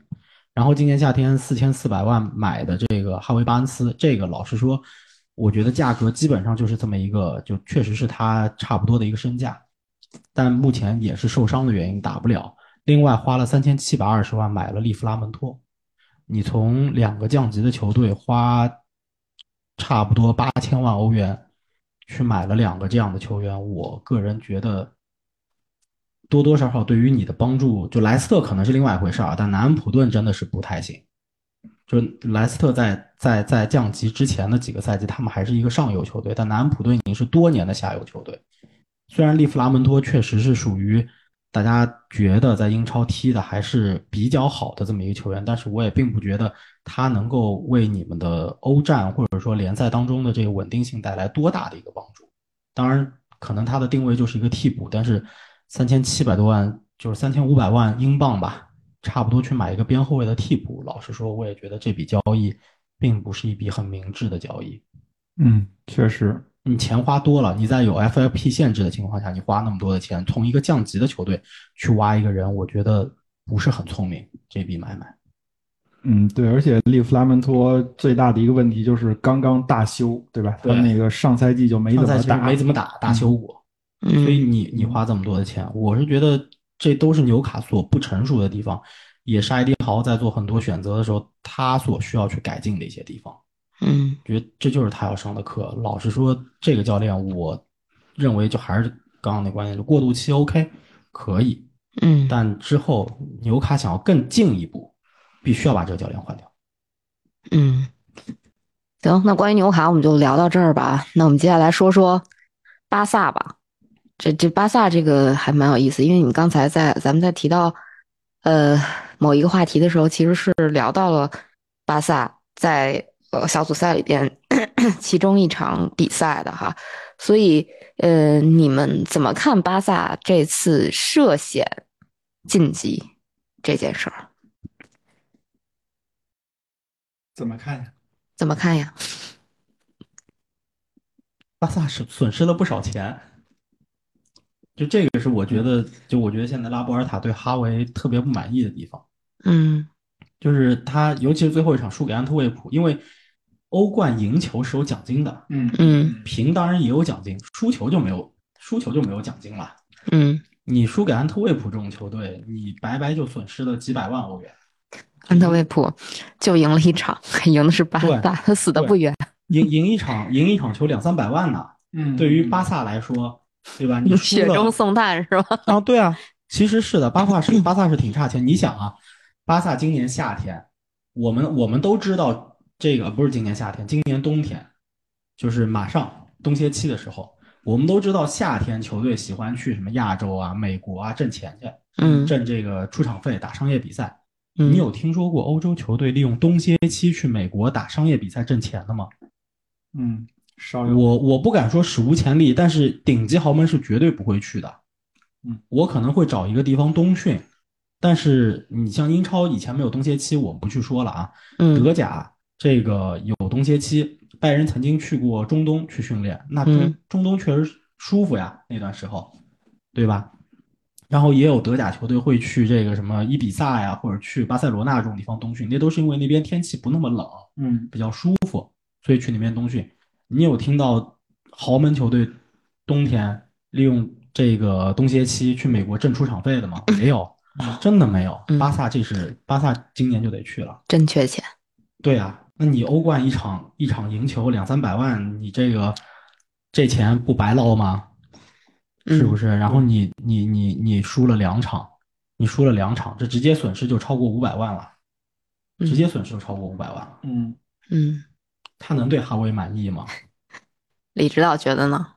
S3: 然后今年夏天四千四百万买的这个哈维巴恩斯，这个老实说，我觉得价格基本上就是这么一个，就确实是他差不多的一个身价，但目前也是受伤的原因打不了。另外花了三千七百二十万买了利弗拉门托，你从两个降级的球队花差不多八千万欧元去买了两个这样的球员，我个人觉得多多少少对于你的帮助，就莱斯特可能是另外一回事儿啊，但南安普顿真的是不太行。就莱斯特在在在降级之前的几个赛季，他们还是一个上游球队，但南安普顿已经是多年的下游球队。虽然利弗拉门托确实是属于大家觉得在英超踢的还是比较好的这么一个球员，但是我也并不觉得他能够为你们的欧战或者说联赛当中的这个稳定性带来多大的一个帮助。当然，可能他的定位就是一个替补，但是三千七百多万就是三千五百万英镑吧，差不多去买一个边后卫的替补。老实说，我也觉得这笔交易并不是一笔很明智的交易。
S2: 嗯，确实，
S3: 你钱花多了，你在有 FFP 限制的情况下，你花那么多的钱，从一个降级的球队去挖一个人，我觉得不是很聪明。这笔买卖，
S2: 嗯，对，而且利弗拉门托最大的一个问题就是刚刚大休，对吧？他
S3: 对
S2: 那个上赛季就没怎
S3: 上赛
S2: 么
S3: 季
S2: 打，
S3: 没怎么打，打修过。所以
S1: 嗯，
S3: 你你花这么多的钱，我是觉得这都是纽卡所不成熟的地方，也是艾迪豪在做很多选择的时候，他所需要去改进的一些地方。
S1: 嗯，
S3: 觉得这就是他要上的课。老实说，这个教练，我认为就还是刚刚那观点，就过渡期 OK 可以，
S1: 嗯，
S3: 但之后纽卡想要更进一步，必须要把这个教练换掉。
S1: 嗯，行，那关于纽卡我们就聊到这儿吧。那我们接下来说说巴萨吧。这这巴萨这个还蛮有意思，因为你刚才在咱们在提到呃某一个话题的时候，其实是聊到了巴萨在呃小组赛里边其中一场比赛的哈。所以呃，你们怎么看巴萨这次涉险晋级这件事儿？
S2: 怎么看呀？
S1: 怎么看呀？
S3: 巴萨是损失了不少钱，就这个是我觉得，就我觉得现在拉波尔塔对哈维特别不满意的地方。
S1: 嗯
S3: 就是他，尤其是最后一场输给安特卫普，因为欧冠赢球是有奖金的，
S2: 嗯
S1: 嗯
S3: 平当然也有奖金，输球就没有，输球就没有奖金了。
S1: 嗯，
S3: 你输给安特卫普这种球队，你白白就损失了几百万欧元。
S1: 安特卫普就赢了一场， 赢的是巴
S3: 嗯对
S1: 萨，他死的
S3: 对
S1: 不远。
S3: 赢赢一场，赢一场球两三百万呢。
S2: 嗯
S3: 对于巴萨来说，对吧？你输
S1: 雪中
S3: 了
S1: 送炭是吧？
S3: 啊，对啊，其实是的，巴 萨是巴萨是挺差钱。你想啊，巴萨今年夏天，我们我们都知道这个不是今年夏天，今年冬天，就是马上冬歇期的时候，我们都知道夏天球队喜欢去什么亚洲啊、美国啊挣钱去，
S1: 嗯
S3: 挣这个出场费打商业比赛。
S1: 嗯
S3: 你有听说过欧洲球队利用冬歇期去美国打商业比赛挣钱的吗？
S2: 嗯，稍有
S3: 我我不敢说史无前例，但是顶级豪门是绝对不会去的。
S2: 嗯，
S3: 我可能会找一个地方冬训，但是你像英超以前没有冬歇期，我们不去说了啊。
S1: 嗯
S3: 德甲这个有冬歇期，拜仁曾经去过中东去训练，那中、
S1: 嗯
S3: 中东确实舒服呀，那段时候，对吧？然后也有德甲球队会去这个什么伊比萨呀，或者去巴塞罗那这种地方冬训，那都是因为那边天气不那么冷。
S2: 嗯
S3: 比较舒服，所以去那边冬训。你有听到豪门球队冬天利用这个冬歇期去美国挣出场费的吗？没有，真的没有
S1: 嗯。
S3: 巴萨这是巴萨今年就得去了。
S1: 真缺钱。
S3: 对啊，那你欧冠一场一场赢球两三百万，你这个这钱不白捞吗？是不
S1: 是？
S3: 是？然后你你你你输了两场，你输了两场，这直接损失就超过五百万了，
S1: 嗯
S3: 直接损失就超过五百万了。
S2: 嗯，
S1: 嗯，
S3: 他能对哈维满意吗？
S1: 李指导觉得呢？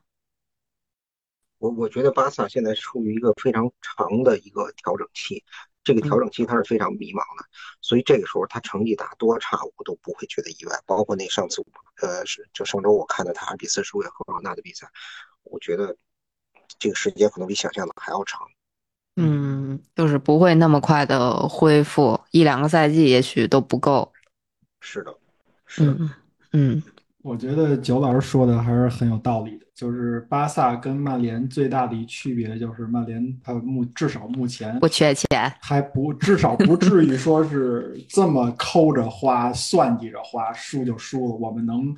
S5: 我我觉得巴萨现在处于一个非常长的一个调整期，这个
S1: 嗯
S5: 调整期它是非常迷茫的，所以这个时候他成绩打多差我都不会觉得意外。包括那上次呃是就上周我看的他二比四输给赫尔纳的比赛，我觉得这个时间可能比想象的还要长。
S1: 嗯，就是不会那么快的恢复，一两个赛季也许都不够。
S5: 是的，是的，
S1: 嗯嗯
S2: 我觉得九老师说的还是很有道理的，就是巴萨跟曼联最大的一区别就是曼联它目至少目前
S1: 不缺钱。
S2: 还不至少不至于说是这么抠着花、算计着花，输就输了。我们能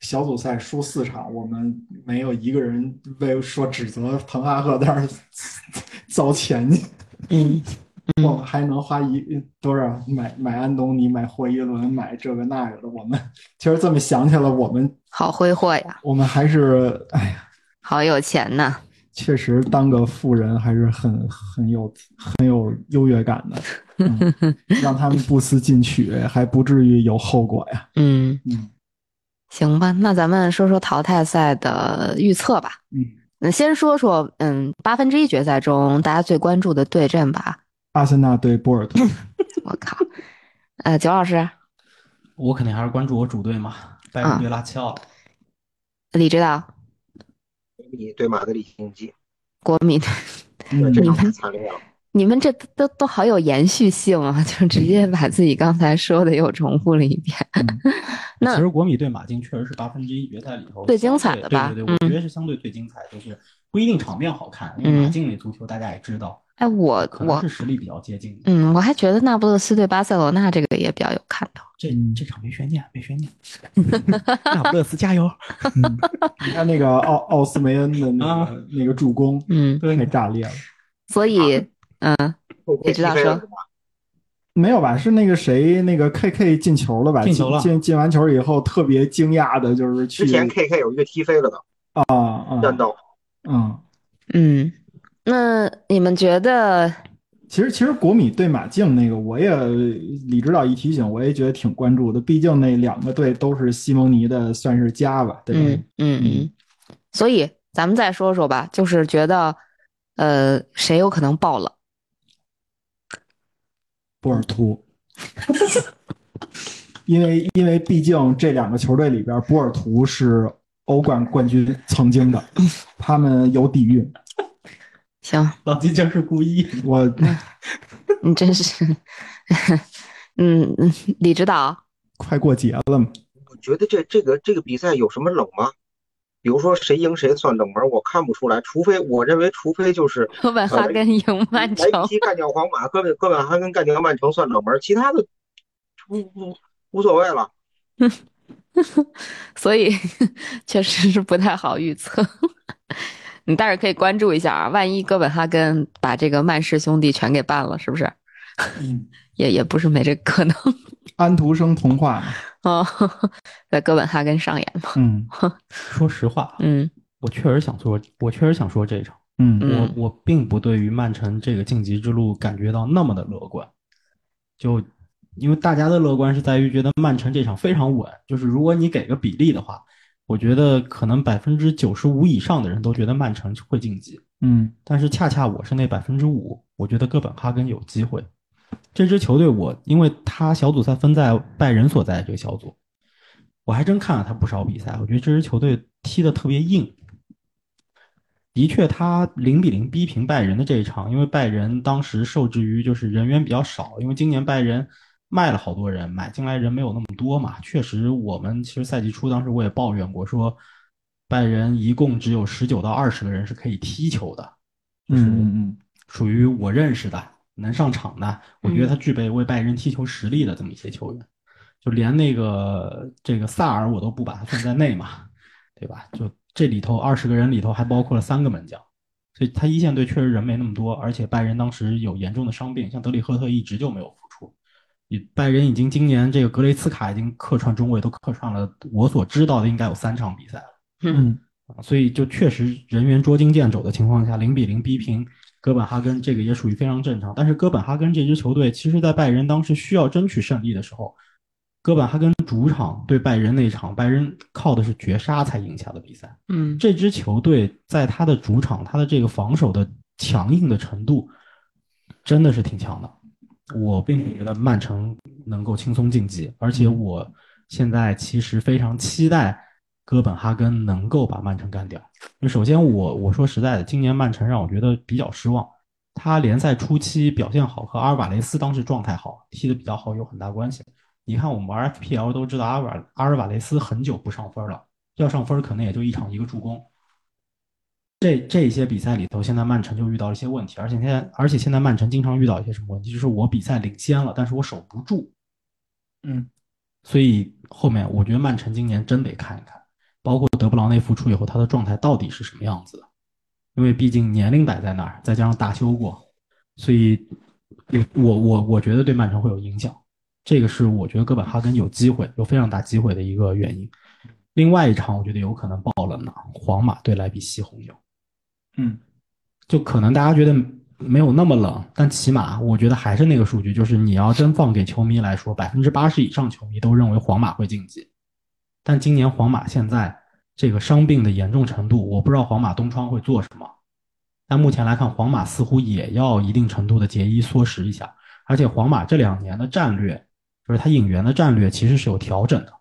S2: 小组赛输四场，我们没有一个人为说指责滕哈赫在那儿 糟钱去。
S1: 嗯嗯
S2: 我们还能花一多少买买安东尼、买霍伊伦、买这个那个的。我们 其实这么想起来，我们
S1: 好挥霍呀，
S2: 我们还是哎呀，
S1: 好有钱呐。
S2: 确实当个富人还是很很有很有优越感 的。嗯让他们不思进取，还不至于有后果呀。
S1: 嗯，
S2: 嗯
S1: 行吧，那咱们说说淘汰赛的预测吧。
S2: 嗯，
S1: 那先说说，嗯，八分之一决赛中大家最关注的对阵吧。
S2: 阿森纳对波尔 图，
S1: 我靠，呃，九老师，
S3: 我
S1: 啊
S3: 肯定还是关注我主队嘛，拜仁对拉齐奥。
S1: 李指导，
S5: 米对马德里竞技，
S1: 国米的，
S2: 嗯
S5: 对这
S1: 你
S5: 场
S1: 们
S5: 太惨烈了。
S1: 你们这都都好有延续性啊，就直接把自己刚才说的又重复了一遍。那
S3: 其实国米对马竞确实是八分之一决赛里头
S1: 最精彩的
S3: 相对
S1: 吧嗯
S3: 对对对，我觉得是相对最精彩，就是不一定场面好看，因为马竞那足球大家也知道，
S1: 哎，我
S3: 可能
S1: 我
S3: 是实力比较接近的。
S1: 嗯，我还觉得那不勒斯对巴塞罗那这个也比较有看头。
S3: 这这场没悬念，没悬念。那不勒斯加油！
S2: 你看那个奥奥斯梅恩的那个那个助攻，
S1: 嗯，
S3: 啊对
S2: 太炸裂了。
S1: 所以
S5: 你
S1: 知道说
S2: 没有吧？是那个谁，那个 KK 进球了吧？
S3: 进球了
S2: 进进完球以后，特别惊讶的就是去
S5: 之前 KK 有一个踢飞了的
S2: 啊啊
S5: 战斗，
S2: 嗯，
S1: 嗯，那你们觉得
S2: 其实其实国米对马竞那个，我也李指导一提醒，我也觉得挺关注的。毕竟那两个队都是西蒙尼的，算是家吧，对吧？
S1: 嗯嗯嗯，所以咱们再说说吧，就是觉得，呃，谁有可能爆冷？
S2: 波尔图，因为因为毕竟这两个球队里边，波尔图是欧冠冠军曾经的，他们有底蕴。
S1: 行，
S3: 老金这是故意。
S2: 我
S1: 你真是， 嗯，嗯李指导，
S2: 快过节了嘛，
S5: 我觉得这这个这个比赛有什么冷吗？比如说谁赢谁算冷门，我看不出来，除非我认为，除非 就是呃
S1: 哥本哈根赢
S4: 嗯
S1: 曼城，
S5: 莱比锡干掉皇马，哥本哥本哈根干掉曼城算冷门，其他的无无无所谓了。
S1: 所以 确实是不太好预测。 你但是可以关注一下啊，万一哥本哈根把这个曼氏兄弟全给办了，是不是？
S2: 嗯，
S1: 也也不是没这个可能
S2: 安徒生童话嘛，
S1: 哦， 在哥本哈根上演嘛。
S2: 嗯
S3: 说实话，啊
S1: 嗯
S3: 我确实想说，我确实想说这一场，
S2: 嗯
S1: 嗯
S3: 我我并不对于曼城这个晋级之路感觉到那么的乐观，就因为大家的乐观是在于觉得曼城这场非常稳，就是如果你给个比例的话，我觉得可能百分之九十五以上的人都觉得曼城会晋级，
S2: 嗯
S3: 但是恰恰我是那百分之五，我觉得哥本哈根有机会。这支球队我，因为他小组赛分在拜仁所在的这个小组，我还真看了他不少比赛，我觉得这支球队踢得特别硬。的确，他零比零逼平拜仁的这一场，因为拜仁当时受制于就是人员比较少，因为今年拜仁卖了好多人，买进来人没有那么多嘛。确实，我们其实赛季初当时我也抱怨过说，拜仁一共只有十九到二十个人是可以踢球的，就
S2: 嗯
S3: 是
S2: 嗯
S3: 属于我认识的能上场的，我觉得他具备为拜仁踢球实力的这么一些球员，就连那个这个萨尔我都不把他算在内嘛，对吧？就这里头二十个人里头还包括了三个门将，所以他一线队确实人没那么多，而且拜仁当时有严重的伤病，像德里赫特一直就没有复出。你拜仁已经今年这个格雷茨卡已经客串中卫都客串了，我所知道的应该有三场比赛了。
S2: 嗯
S3: 啊，所以就确实人员捉襟见肘的情况下，零比零逼平哥本哈根，这个也属于非常正常。但是哥本哈根这支球队，其实在拜仁当时需要争取胜利的时候，哥本哈根主场对拜仁那一场，拜仁靠的是绝杀才赢下的比赛。
S1: 嗯
S3: 这支球队在他的主场，他的这个防守的强硬的程度，真的是挺强的。我并不觉得曼城能够轻松晋级，而且我现在其实非常期待哥本哈根能够把曼城干掉。因为首先我，我说实在的，今年曼城让我觉得比较失望。他联赛初期表现好，和阿尔瓦雷斯当时状态好，踢得比较好有很大关系。你看，我们玩 FPL 都知道阿尔瓦阿尔瓦雷斯很久不上分了，要上分可能也就一场一个助攻。这这一些比赛里头，现在曼城就遇到了一些问题，而且现在而且现在曼城经常遇到一些什么问题，就是我比赛领先了，但是我守不住，
S2: 嗯
S3: 所以后面我觉得曼城今年真得看一看，包括德布劳内复出以后，他的状态到底是什么样子的。因为毕竟年龄摆在那儿，再加上大修过，所以我我我觉得对曼城会有影响。这个是我觉得哥本哈根有机会，有非常大机会的一个原因。另外一场，我觉得有可能爆冷呢，皇马对莱比锡红牛。
S2: 嗯
S3: 就可能大家觉得没有那么冷，但起码我觉得还是那个数据，就是你要真放给球迷来说，百分之八十以上球迷都认为皇马会晋级。但今年皇马现在这个伤病的严重程度，我不知道皇马东窗会做什么。但目前来看，皇马似乎也要一定程度的节衣缩食一下，而且皇马这两年的战略，就是他引援的战略其实是有调整的。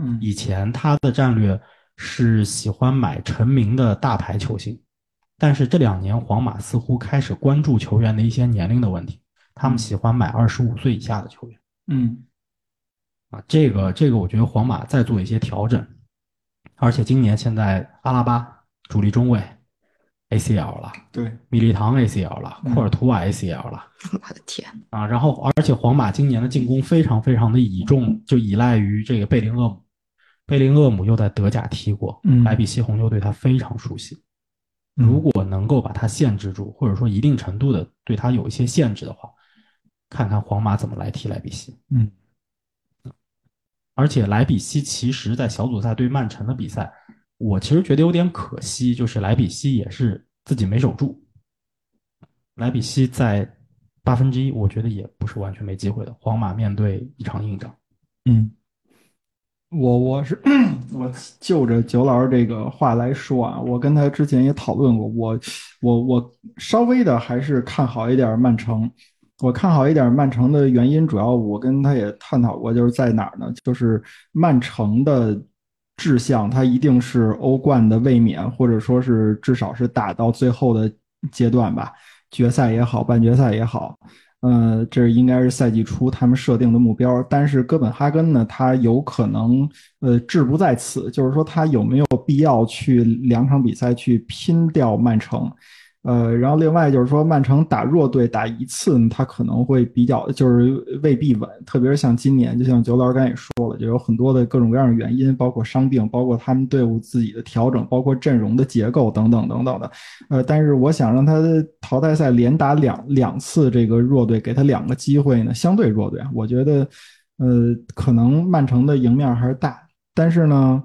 S2: 嗯
S3: 以前他的战略是喜欢买成名的大牌球星，但是这两年皇马似乎开始关注球员的一些年龄的问题，他们喜欢买二十五岁以下的球员
S2: 嗯
S3: 啊。这个这个，我觉得皇马在做一些调整，而且今年现在阿拉巴主力中卫 ACL 了，
S2: 对，
S3: 米利唐 ACL 了，
S2: 嗯
S3: 库尔图瓦 ACL 了。
S1: 我的天，
S3: 啊，然后而且皇马今年的进攻非常非常的倚重，就依赖于这个贝林厄姆，贝林厄姆又在德甲踢过，
S2: 嗯
S3: 莱比锡红牛对他非常熟悉。如果能够把他限制住，或者说一定程度的对他有一些限制的话，看看皇马怎么来踢莱比锡。
S2: 嗯
S3: 而且莱比锡其实在小组赛对曼城的比赛，我其实觉得有点可惜，就是莱比锡也是自己没守住。莱比锡在八分之一，我觉得也不是完全没机会的。皇马面对一场硬仗，
S2: 嗯，我我是我就着九老师这个话来说啊，我跟他之前也讨论过，我我我稍微的还是看好一点曼城。我看好一点曼城的原因，主要我跟他也探讨过，就是在哪儿呢？就是曼城的志向，它一定是欧冠的卫冕，或者说是至少是打到最后的阶段吧，决赛也好，半决赛也好。呃，这应该是赛季初他们设定的目标，但是哥本哈根呢，他有可能呃志不在此，就是说他有没有必要去两场比赛去拼掉曼城？呃，然后另外就是说，曼城打弱队打一次呢，他可能会比较就是未必稳，特别是像今年，就像九老师刚才也说了，就有很多的各种各样的原因，包括伤病，包括他们队伍自己的调整，包括阵容的结构等等等等的。呃，但是我想让他淘汰赛连打两两次这个弱队，给他两个机会呢，相对弱队啊，我觉得，呃，可能曼城的赢面还是大，但是呢，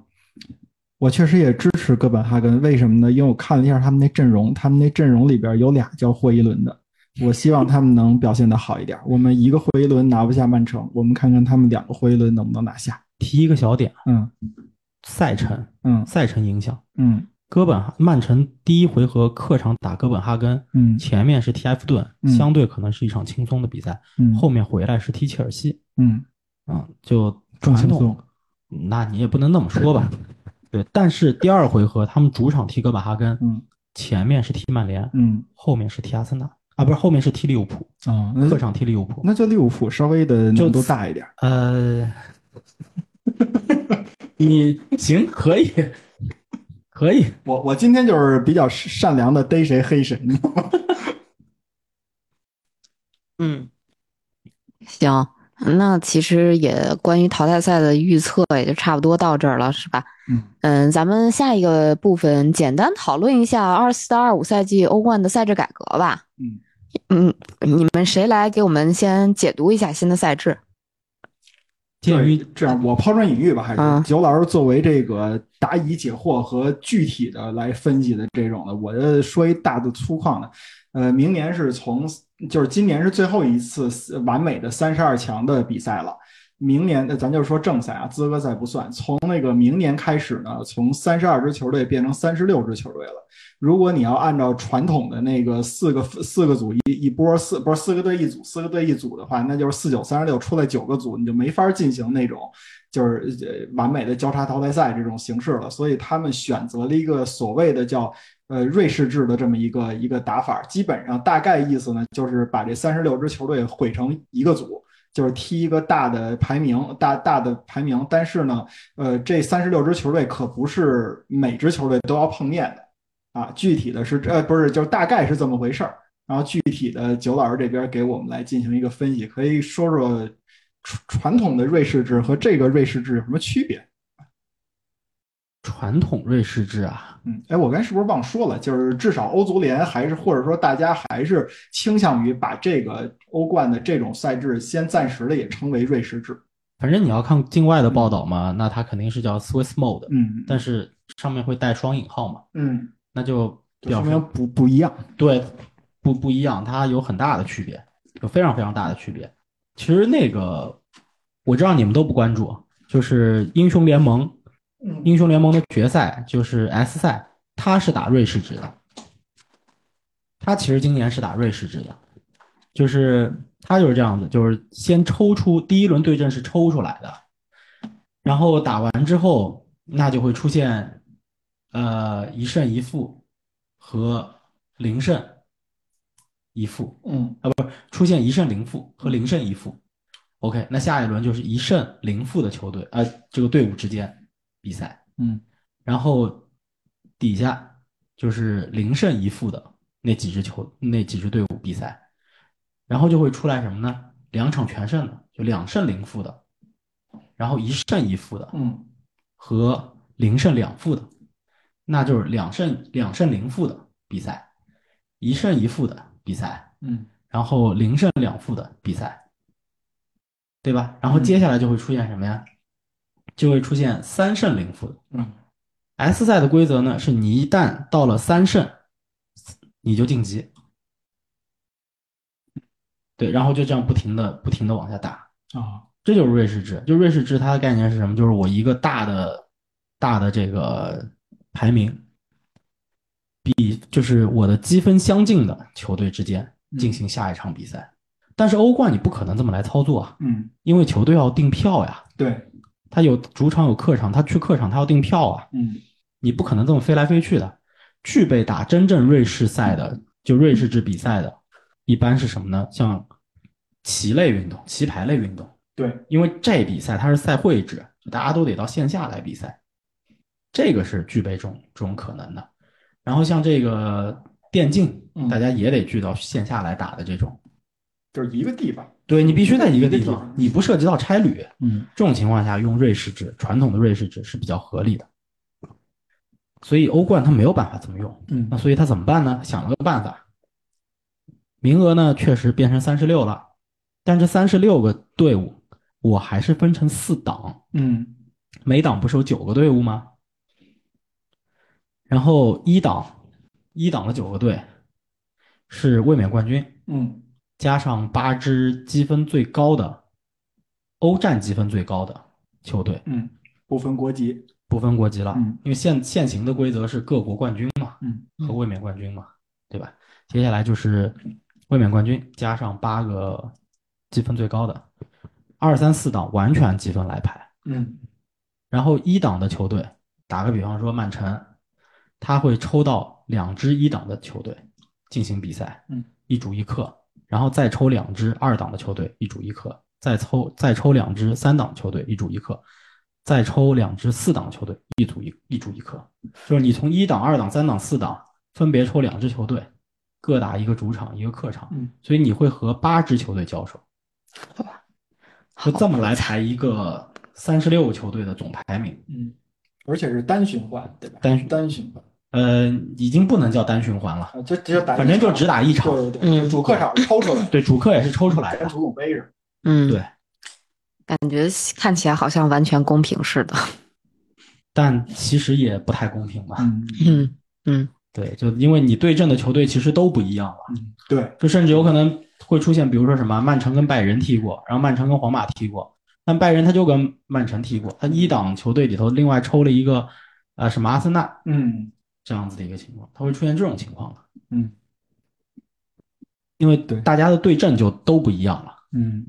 S2: 我确实也支持哥本哈根，为什么呢？因为我看了一下他们那阵容，他们那阵容里边有俩叫霍伊伦的，我希望他们能表现的好一点。我们一个霍伊伦拿不下曼城，我们看看他们两个霍伊伦能不能拿下。
S3: 提一个小点，
S2: 嗯
S3: 赛程，
S2: 嗯
S3: 赛程影响。
S2: 嗯
S3: 哥本哈曼城第一回合客场打哥本哈根，
S2: 嗯
S3: 前面是踢埃弗顿，
S2: 嗯
S3: 相对可能是一场轻松的比赛，
S2: 嗯，
S3: 后面回来是踢切尔西，
S2: 嗯
S3: 啊、就
S2: 更
S3: 传
S2: 轻
S3: 统
S2: 松。
S3: 那你也不能那么 说吧。对，但是第二回合他们主场踢哥本哈根，
S2: 嗯
S3: 前面是踢曼联，
S2: 嗯
S3: 后面是踢阿森纳啊，不是后面是踢利物浦，
S2: 啊，那
S3: 客场踢利物浦。
S2: 那就利物浦稍微的
S3: 就
S2: 难度大一点。
S3: 呃，你行可以，可以，
S2: 我我今天就是比较善良的，逮谁黑谁。
S1: 嗯，行，那其实也关于淘汰赛的预测也就差不多到这儿了，是吧？
S2: 嗯
S1: 嗯，咱们下一个部分简单讨论一下二四到二五赛季欧冠的赛制改革吧。
S2: 嗯
S1: 嗯，你们谁来给我们先解读一下新的赛制？
S3: 鉴于
S2: 这样，我抛砖引玉吧，还
S1: 嗯
S2: 是九老师作为这个答疑解惑和具体的来分析的这种的，我就说一大的粗犷的。呃，明年是从就是今年是最后一次完美的三十二强的比赛了。明年，呃咱就说正赛啊，资格赛不算。从那个明年开始呢，从三十二支球队变成三十六支球队了。如果你要按照传统的那个四个四个组一一波四不是四个队一组，四个队一组的话，那就是四九三十六出来九个组，你就没法进行那种就是呃完美的交叉淘汰赛这种形式了。所以他们选择了一个所谓的叫呃瑞士制的这么一个一个打法，基本上大概意思呢就是把这三十六支球队毁成一个组。就是踢一个大的排名，大大的排名，但是呢，呃，这三十六支球队可不是每支球队都要碰面的，啊，具体的是呃不是，就是大概是这么回事儿。然后具体的呃九老师这边给我们来进行一个分析，可以说说传传统的瑞士制和这个瑞士制有什么区别？
S3: 传统瑞士制啊，
S2: 嗯，哎，我刚才是不是忘说了？就是至少欧足联还是或者说大家还是倾向于把这个欧冠的这种赛制先暂时的也称为瑞士制。
S3: 反正你要看境外的报道嘛，那它肯定是叫 Swiss mode，
S2: 嗯
S3: 但是上面会带双引号嘛，
S2: 嗯，
S3: 那就
S2: 就说
S3: 表
S2: 明
S3: 示
S2: 不不一样。
S3: 对，不不一样，它有很大的区别，有非常非常大的区别。其实那个我知道你们都不关注，啊就是英雄联盟，
S2: 嗯
S3: 英雄联盟的决赛就是 S 赛，它是打瑞士制的，它其实今年是打瑞士制的，就是它就是这样子，就是先抽出第一轮对阵是抽出来的，然后打完之后，那就会出现呃一胜一负和零胜一负，
S2: 嗯，
S3: 出现一胜零负和零胜一负。OK，那下一轮就是一胜零负的球队，呃，这个队伍之间比赛，
S2: 嗯，
S3: 然后底下就是零胜一负的那几支球那几支队伍比赛，然后就会出来什么呢？两场全胜的，就两胜零负的，然后一胜一负的
S2: 嗯，
S3: 和零胜两负的，那就是两胜两胜零负的比赛，一胜一负的比赛，
S2: 嗯，
S3: 然后零胜两负的比赛，对吧？然后接下来就会出现什么呀？就会出现三胜零负的。
S2: 嗯
S3: S 赛的规则呢，是你一旦到了三胜，你就晋级。对，然后就这样不停的、不停的往下打，
S2: 啊，
S3: 这就是瑞士制。就瑞士制，它的概念是什么？就是我一个大的、大的这个排名，比就是我的积分相近的球队之间进行下一场比赛。但是欧冠你不可能这么来操作啊，
S2: 嗯，
S3: 因为球队要订票呀，
S2: 对，
S3: 他有主场有客场，他去客场他要订票啊，
S2: 嗯
S3: 你不可能这么飞来飞去的。具备打真正瑞士赛的，就瑞士制比赛的，一般是什么呢？像棋类运动、棋牌类运动。
S2: 对，
S3: 因为这比赛它是赛会制，大家都得到线下来比赛，这个是具备这种这种可能的。然后像这个电竞
S2: 嗯，
S3: 大家也得聚到线下来打的这种，
S2: 就是一个地方，
S3: 对你必须在一个
S2: 一个
S3: 地
S2: 地
S3: 方
S2: 方，
S3: 你不涉及到差旅，
S2: 嗯
S3: 这种情况下用瑞士制，传统的瑞士制是比较合理的。所以欧冠它没有办法这么用，
S2: 嗯
S3: 那所以他怎么办呢？想了个办法，名额呢确实变成三十六了，但这三十六个队伍，我还是分成四档，
S2: 嗯
S3: 每档不是有九个队伍吗？然后一档，一档的九个队是卫冕冠军，
S2: 嗯
S3: 加上八支积分最高的，欧战积分最高的球队，
S2: 嗯，不分国籍，
S3: 不分国籍了，
S2: 嗯
S3: 因为现现行的规则是各国冠军嘛，
S2: 嗯
S3: 和卫冕冠军嘛，对吧？接下来就是卫冕冠军加上八个积分最高的，二三四档完全积分来排。
S2: 嗯
S3: 然后一档的球队，打个比方说曼城，他会抽到两支一档的球队进行比赛，
S2: 嗯，
S3: 一主一客，然后再抽两支二档的球队一主一客，再抽再抽两支三档球队一主一客，再抽两支四档球队一组一一主一客，就是你从一档、二档、三档、四档分别抽两支球队，各打一个主场一个客场，
S2: 嗯，
S3: 所以你会和八支球队交手，
S1: 好
S3: 就这么来排一个三十六个球队的总排名。
S2: 嗯，而且是单循环，对吧？
S3: 单
S2: 单循环，
S3: 呃，已经不能叫单循环了，
S2: 啊，就就打一场，
S3: 反正就只打一场。
S2: 对对对，就主客场抽出来，
S3: 对，主客也是抽出来
S2: 跟
S3: 的。
S2: 足总杯似的，
S1: 嗯，
S3: 对，
S1: 感觉看起来好像完全公平似的。
S3: 但其实也不太公平吧？
S2: 嗯
S1: 嗯嗯，
S3: 对，就因为你对阵的球队其实都不一样了，
S2: 嗯，对，
S3: 就甚至有可能会出现，比如说什么曼城跟拜仁踢过，然后曼城跟皇马踢过，但拜仁他就跟曼城踢过，他一档球队里头另外抽了一个呃什么阿森纳
S2: 嗯
S3: 这样子的一个情况，他会出现这种情况的，
S2: 嗯
S3: 因为
S2: 对
S3: 大家的对阵就都不一样了，
S2: 嗯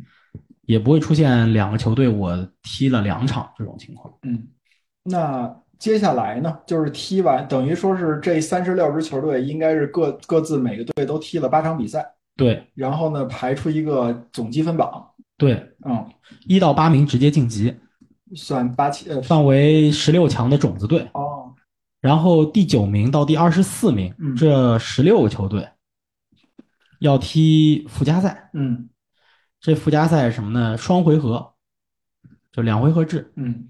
S3: 也不会出现两个球队我踢了两场这种情况。
S2: 嗯，那。接下来呢，就是踢完，等于说是这三十六支球队应该是各各自每个队都踢了八场比赛，
S3: 对
S2: 然后呢排出一个总积分榜，
S3: 对，
S2: 嗯，
S3: 一到八名直接晋级，
S2: 算八七呃
S3: 算为十六强的种子队。
S2: 哦，
S3: 然后第九名到第二十四名
S2: 嗯
S3: 这十六个球队要踢附加赛。
S2: 嗯
S3: 这附加赛是什么呢？双回合，就两回合制，
S2: 嗯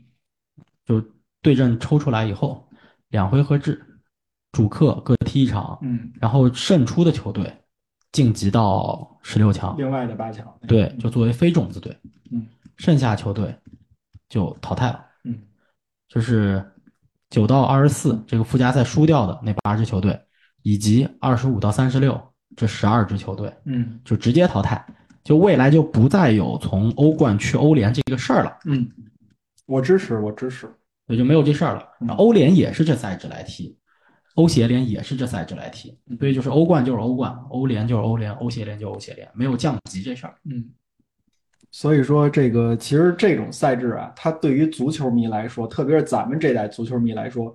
S3: 就对阵抽出来以后，两回合制，主客各踢一场，
S2: 嗯，
S3: 然后胜出的球队晋级到十六强。
S2: 嗯另外的八强，
S3: 对，就作为非种子队，
S2: 嗯，
S3: 剩下球队就淘汰了。
S2: 嗯
S3: 就是九到二十四这个附加赛输掉的那八支球队，以及二十五到三十六这十二支球队，
S2: 嗯
S3: 就直接淘汰。就未来就不再有从欧冠去欧联这个事儿了，
S2: 嗯，我支持，我支持，嗯
S3: 也就没有这事儿了。然后欧联也是这赛制来踢，欧协联也是这赛制来踢，
S2: 嗯
S3: 所以就是欧冠就是欧冠，欧联就是欧联，欧协联就是欧协联，没有降级这事儿。
S2: 嗯。所以说，这个其实这种赛制啊，它对于足球迷来说，特别是咱们这代足球迷来说，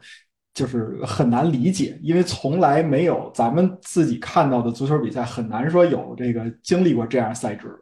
S2: 就是很难理解，因为从来没有咱们自己看到的足球比赛，很难说有这个经历过这样赛制。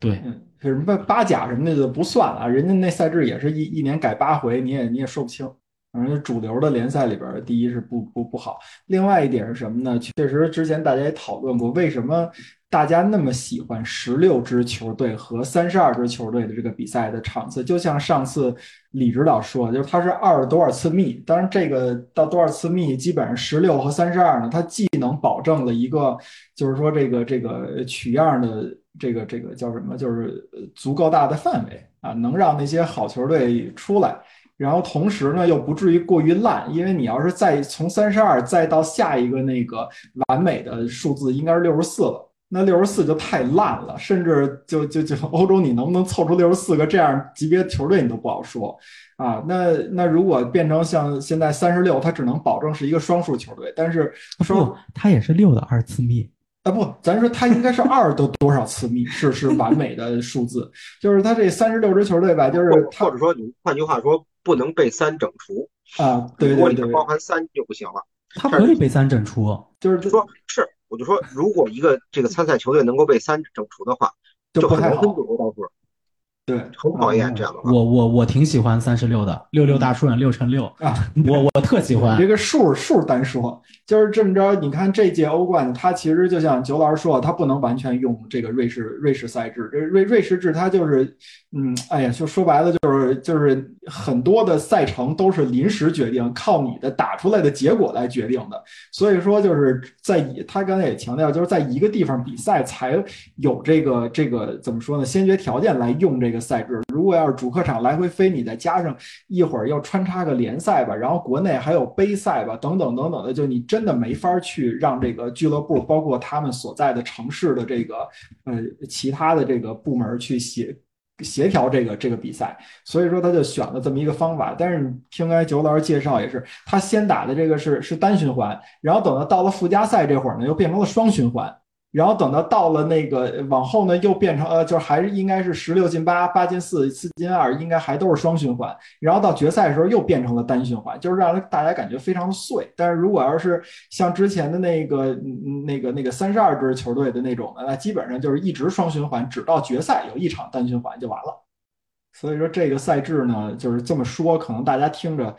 S3: 对，
S2: 嗯，什么八甲什么的就不算了啊，人家那赛制也是一一年改八回，你也你也说不清。反正主流的联赛里边，第一是不不不好，另外一点是什么呢？确实之前大家也讨论过，为什么大家那么喜欢十六支球队和三十二支球队的这个比赛的场次？就像上次李指导说，就是他是二多少次幂，当然这个到多少次幂，基本上十六和三十二呢，它既能保证了一个，就是说这个这个取样的这个这个叫什么，就是呃足够大的范围啊，能让那些好球队出来。然后同时呢，又不至于过于烂，因为你要是再从三十二再到下一个那个完美的数字，应该是六十四了。那六十四就太烂了，甚至就就就欧洲，你能不能凑出六十四个这样级别球队，你都不好说啊。那那如果变成像现在三十六，它只能保证是一个双数球队，但是双
S3: 不，他也是六的二次幂。
S2: 啊不，咱说它应该是二都多少次幂，是是完美的数字。就是它这三十六支球队吧，就是它
S5: 或者说你换句话说，不能被三整除。
S2: 啊，对
S5: 如果
S2: 对
S5: 里面
S2: 对，
S5: 包含三就不行了。
S3: 他可以被三整除，
S2: 就是这
S5: 说是，我就说，如果一个这个参赛球队能够被三整除的话，
S2: 就
S5: 就
S2: 不
S5: 很
S2: 太
S5: 难分
S2: 好，
S5: 组头倒数，
S2: 对，
S5: 很讨厌
S2: 嗯
S5: 这样的话。
S3: 我我我挺喜欢三十六的，六六大顺六乘六，
S2: 啊。
S3: 我我特喜 欢
S2: 这。个数数单说，就是这么着。你看这届欧冠，它其实就像九老师说，它不能完全用这个瑞士瑞士赛制。这瑞瑞士制它就是，嗯，哎呀，就说白了就是就是很多的赛程都是临时决定，靠你的打出来的结果来决定的。所以说就是在一他刚才也强调，就是在一个地方比赛才有这个这个怎么说呢？先决条件来用这个赛制。如果要是主客场来回飞，你再加上一会儿又穿插个联赛吧，然后国内还有杯赛吧，等等等等的，就你真的没法儿去让这个俱乐部，包括他们所在的城市的这个呃其他的这个部门儿去协协调这个这个比赛。所以说他就选了这么一个方法。但是你听刚才九老师介绍也是，他先打的这个是是单循环，然后等到到了附加赛这会儿呢，又变成了双循环。然后等到到了那个往后呢，又变成呃，就是还是应该是十六进八，八进四，四进二，应该还都是双循环。然后到决赛的时候又变成了单循环，就是让大家感觉非常的碎。但是如果要是像之前的那个嗯那个那个三十二支球队的那种的，那基本上就是一直双循环，直到决赛有一场单循环就完了。所以说这个赛制呢，就是这么说，可能大家听着，嗯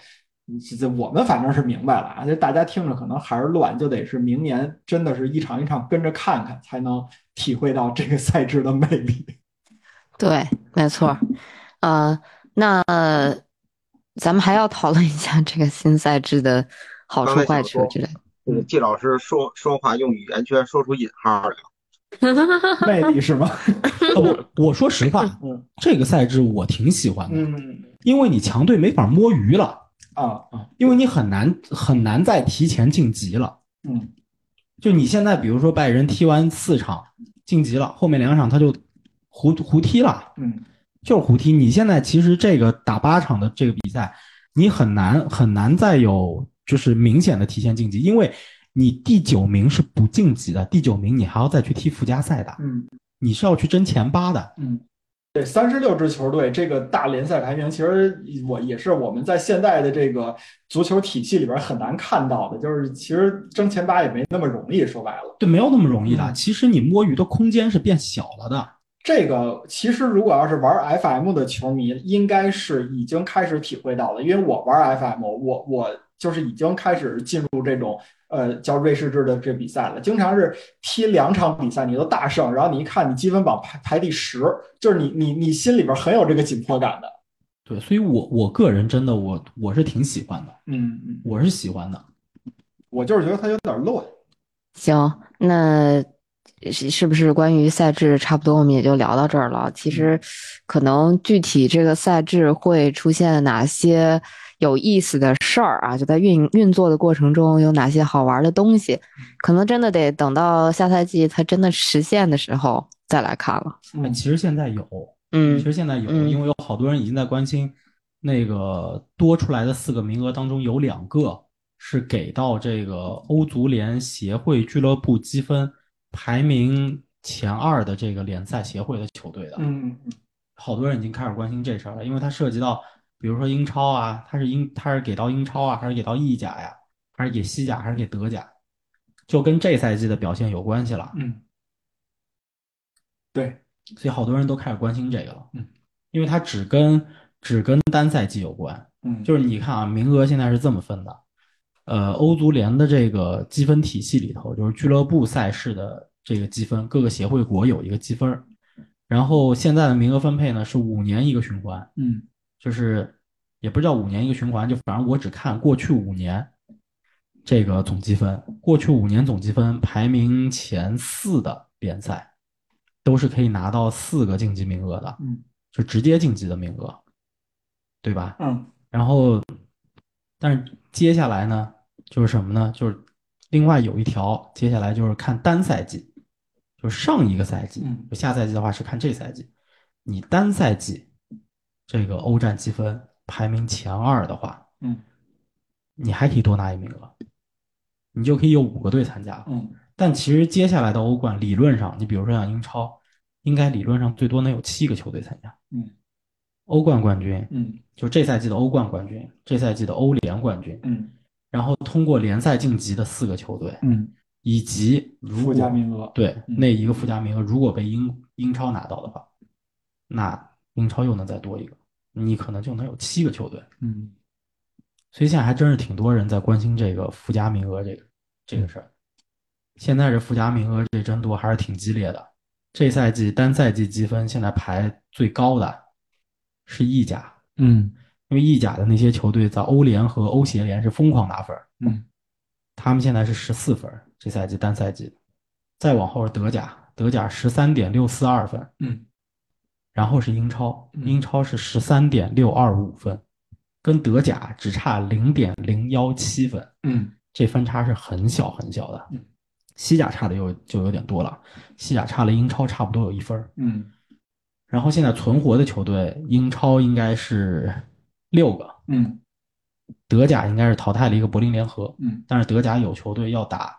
S2: 这这我们反正是明白了啊，这大家听着可能还是乱，就得是明年真的是一场一场跟着看看，才能体会到这个赛制的魅力。
S1: 对，没错儿。呃，那咱们还要讨论一下这个新赛制的好处、坏处之类的。
S5: 这
S2: 嗯
S5: 个季老师说说话用语言居然说出引号来了，
S2: 魅力是吗？
S3: 呃我我说实话
S2: 嗯，
S3: 这个赛制我挺喜欢的，
S2: 嗯
S3: 因为你强队没法摸鱼了。
S2: 啊啊
S3: 因为你很难很难再提前晋级了。
S2: 嗯
S3: 就你现在，比如说拜仁踢完四场晋级了，后面两场他就胡胡踢了，
S2: 嗯
S3: 就是胡踢。你现在其实这个打八场的这个比赛，你很难很难再有就是明显的提前晋级，因为你第九名是不晋级的，第九名你还要再去踢附加赛的，
S2: 嗯
S3: 你是要去争前八的。
S2: 嗯。对，三十六支球队这个大联赛排名，其实我也是我们在现在的这个足球体系里边很难看到的，就是其实争前八也没那么容易，说白了。
S3: 对，没有那么容易的。
S2: 嗯
S3: 其实你摸鱼的空间是变小了的。
S2: 这个其实如果要是玩 FM 的球迷，应该是已经开始体会到了，因为我玩 FM，我我就是已经开始进入这种呃叫瑞士制的这比赛了，经常是踢两场比赛你都大胜，然后你一看你积分榜排排第十，就是你你你心里边很有这个紧迫感的。
S3: 对，所以我我个人真的我我是挺喜欢的，
S2: 嗯嗯，
S3: 我是喜欢的。
S2: 我就是觉得它有点乱。
S1: 行，那是是不是关于赛制差不多我们也就聊到这儿了？
S5: 嗯
S1: 其实，可能具体这个赛制会出现哪些有意思的事儿啊？就在运运作的过程中有哪些好玩的东
S5: 嗯
S1: 西，可能真的得等到下赛季它真的实现的时候再来看了。
S3: 哎，
S2: 嗯
S3: 其实现在有，其
S1: 嗯
S3: 实现在有，
S1: 嗯
S3: 因为有好多人已经在关心那个多出来的四个名额当中有两个是给到这个欧足联协会俱乐部积分排名前二的这个联赛协会的球队的，
S2: 嗯嗯
S3: 好多人已经开始关心这事儿了，因为它涉及到比比如说英超啊，他是英他是给到英超啊，还是给到意甲呀，还是给西甲，还是给德甲，就跟这赛季的表现有关系了。
S2: 嗯，对，
S3: 所以好多人都开始关心这个了。
S2: 嗯，
S3: 因为它只跟只跟单赛季有关，
S2: 嗯，
S3: 就是你看啊，名额现在是这么分的，呃，欧足联的这个积分体系里头，就是俱乐部赛事的这个积分，各个协会国有一个积分儿，然后现在的名额分配呢是五年一个循环，
S2: 嗯
S3: 就是也不叫五年一个循环，就反正我只看过去五年这个总积分，过去五年总积分排名前四的联赛都是可以拿到四个晋级名额的，
S2: 嗯
S3: 就直接晋级的名额，对吧？
S2: 嗯
S3: 然后，但是接下来呢，就是什么呢？就是另外有一条，接下来就是看单赛季，就是上一个赛季，
S2: 嗯
S3: 就下赛季的话是看这赛季。你单赛季这个欧战积分排名前二的话，
S2: 嗯
S3: 你还可以多拿一名额，你就可以有五个队参加了。
S2: 嗯
S3: 但其实接下来的欧冠，理论上，你比如说像英超，应该理论上最多能有七个球队参加。
S2: 嗯，
S3: 欧冠冠军，
S2: 嗯
S3: 就这赛季的欧冠冠军，这赛季的欧联冠军，
S2: 嗯
S3: 然后通过联赛晋级的四个球队，
S2: 嗯，
S3: 以及如
S2: 附加
S3: 果
S2: 名额，
S3: 对
S2: 嗯
S3: 那一个附加名额如果被英英超拿到的话，那英超又能再多一个，你可能就能有七个球队。
S2: 嗯
S3: 所以现在还真是挺多人在关心这个附加名额这个这
S2: 嗯
S3: 个事儿。现在这附加名额这争夺还是挺激烈的。这赛季单赛季积分现在排最高的是意甲，
S2: 嗯
S3: 因为意甲的那些球队在欧联和欧协联是疯狂拿分儿，
S2: 嗯
S3: 他们现在是十四分儿，这赛季单赛季，再往后是德甲，德甲十三点六四二分，
S2: 嗯
S3: 然后是英超，
S2: 嗯
S3: 英超是十三点六二五分，跟德甲只差零点零幺七分，
S2: 嗯
S3: 这分差是很小很小的
S2: 嗯。
S3: 西甲差的有就有点多了，西甲差了英超差不多有一分儿。
S2: 嗯
S3: 然后现在存活的球队，英超应该是六个，
S2: 嗯
S3: 德甲应该是淘汰了一个柏林联合，
S2: 嗯
S3: 但是德甲有球队要打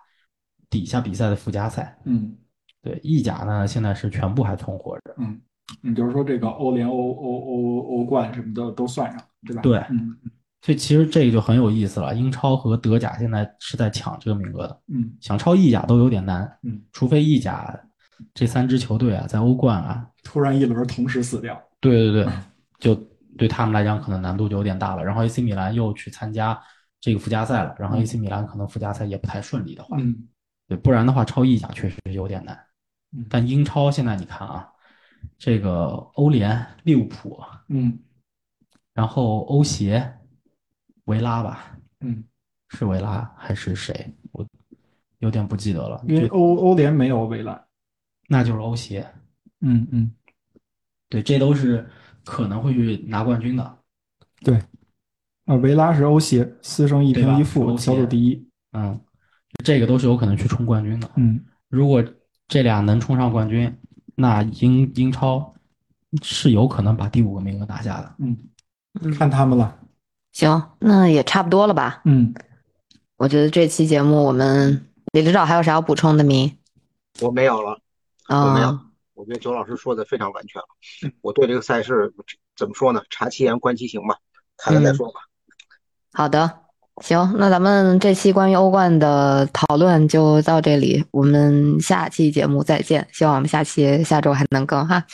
S3: 底下比赛的附加赛。
S2: 嗯
S3: 对，意甲呢现在是全部还存活着。
S2: 嗯，你比如说这个欧联、欧欧欧欧冠什么的都算上，对吧？
S3: 对
S2: 嗯
S3: 所以其实这个就很有意思了。英超和德甲现在是在抢这个名额的，
S2: 嗯
S3: 想超意甲都有点难，
S2: 嗯，
S3: 除非意甲这三支球队啊在欧冠啊，
S2: 突然一轮同时死掉，
S3: 对对对，就对他们来讲可能难度就有点大了。然后 AC 米兰又去参加这个附加赛了，然后 AC 米兰可能附加赛也不太顺利的话，
S2: 嗯
S3: 对，不然的话超意甲确实是有点难
S2: 嗯。
S3: 但英超现在你看啊，这个欧联、利物浦，
S2: 嗯
S3: 然后欧协，维拉吧，
S2: 嗯，
S3: 是维拉还是谁？我有点不记得了。
S2: 嗯因为
S3: 对
S2: 欧欧联没有围栏，
S3: 那就是欧协，
S2: 嗯嗯
S3: 对，这都是可能会去拿冠军的。
S2: 啊，维拉是欧协，四胜一
S3: 对吧
S2: 平一
S3: 是
S2: 负，
S3: 欧
S2: 小
S3: 协
S2: 组第一，
S3: 嗯，这个都是有可能去冲冠军的。
S2: 嗯
S3: 如果这俩能冲上冠军，那英英超是有可能把第五个名额拿下的。
S2: 嗯，看他们了，
S1: 行，那也差不多了吧？
S2: 嗯。
S1: 我觉得这期节目我们李指导还有啥要补充的没？
S5: 我没有了，我没有
S1: 啊，
S5: 我觉得九老师说的非常完全了。我对这个赛事怎么说呢？察其言，观其行吧，看了再说吧。
S1: 好的，行，那咱们这期关于欧冠的讨论就到这里，我们下期节目再见。希望我们下期下周还能更哈。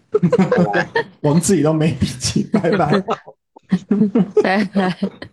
S5: 拜拜。
S2: 我们自己都没笔记，拜拜。
S1: 拜拜。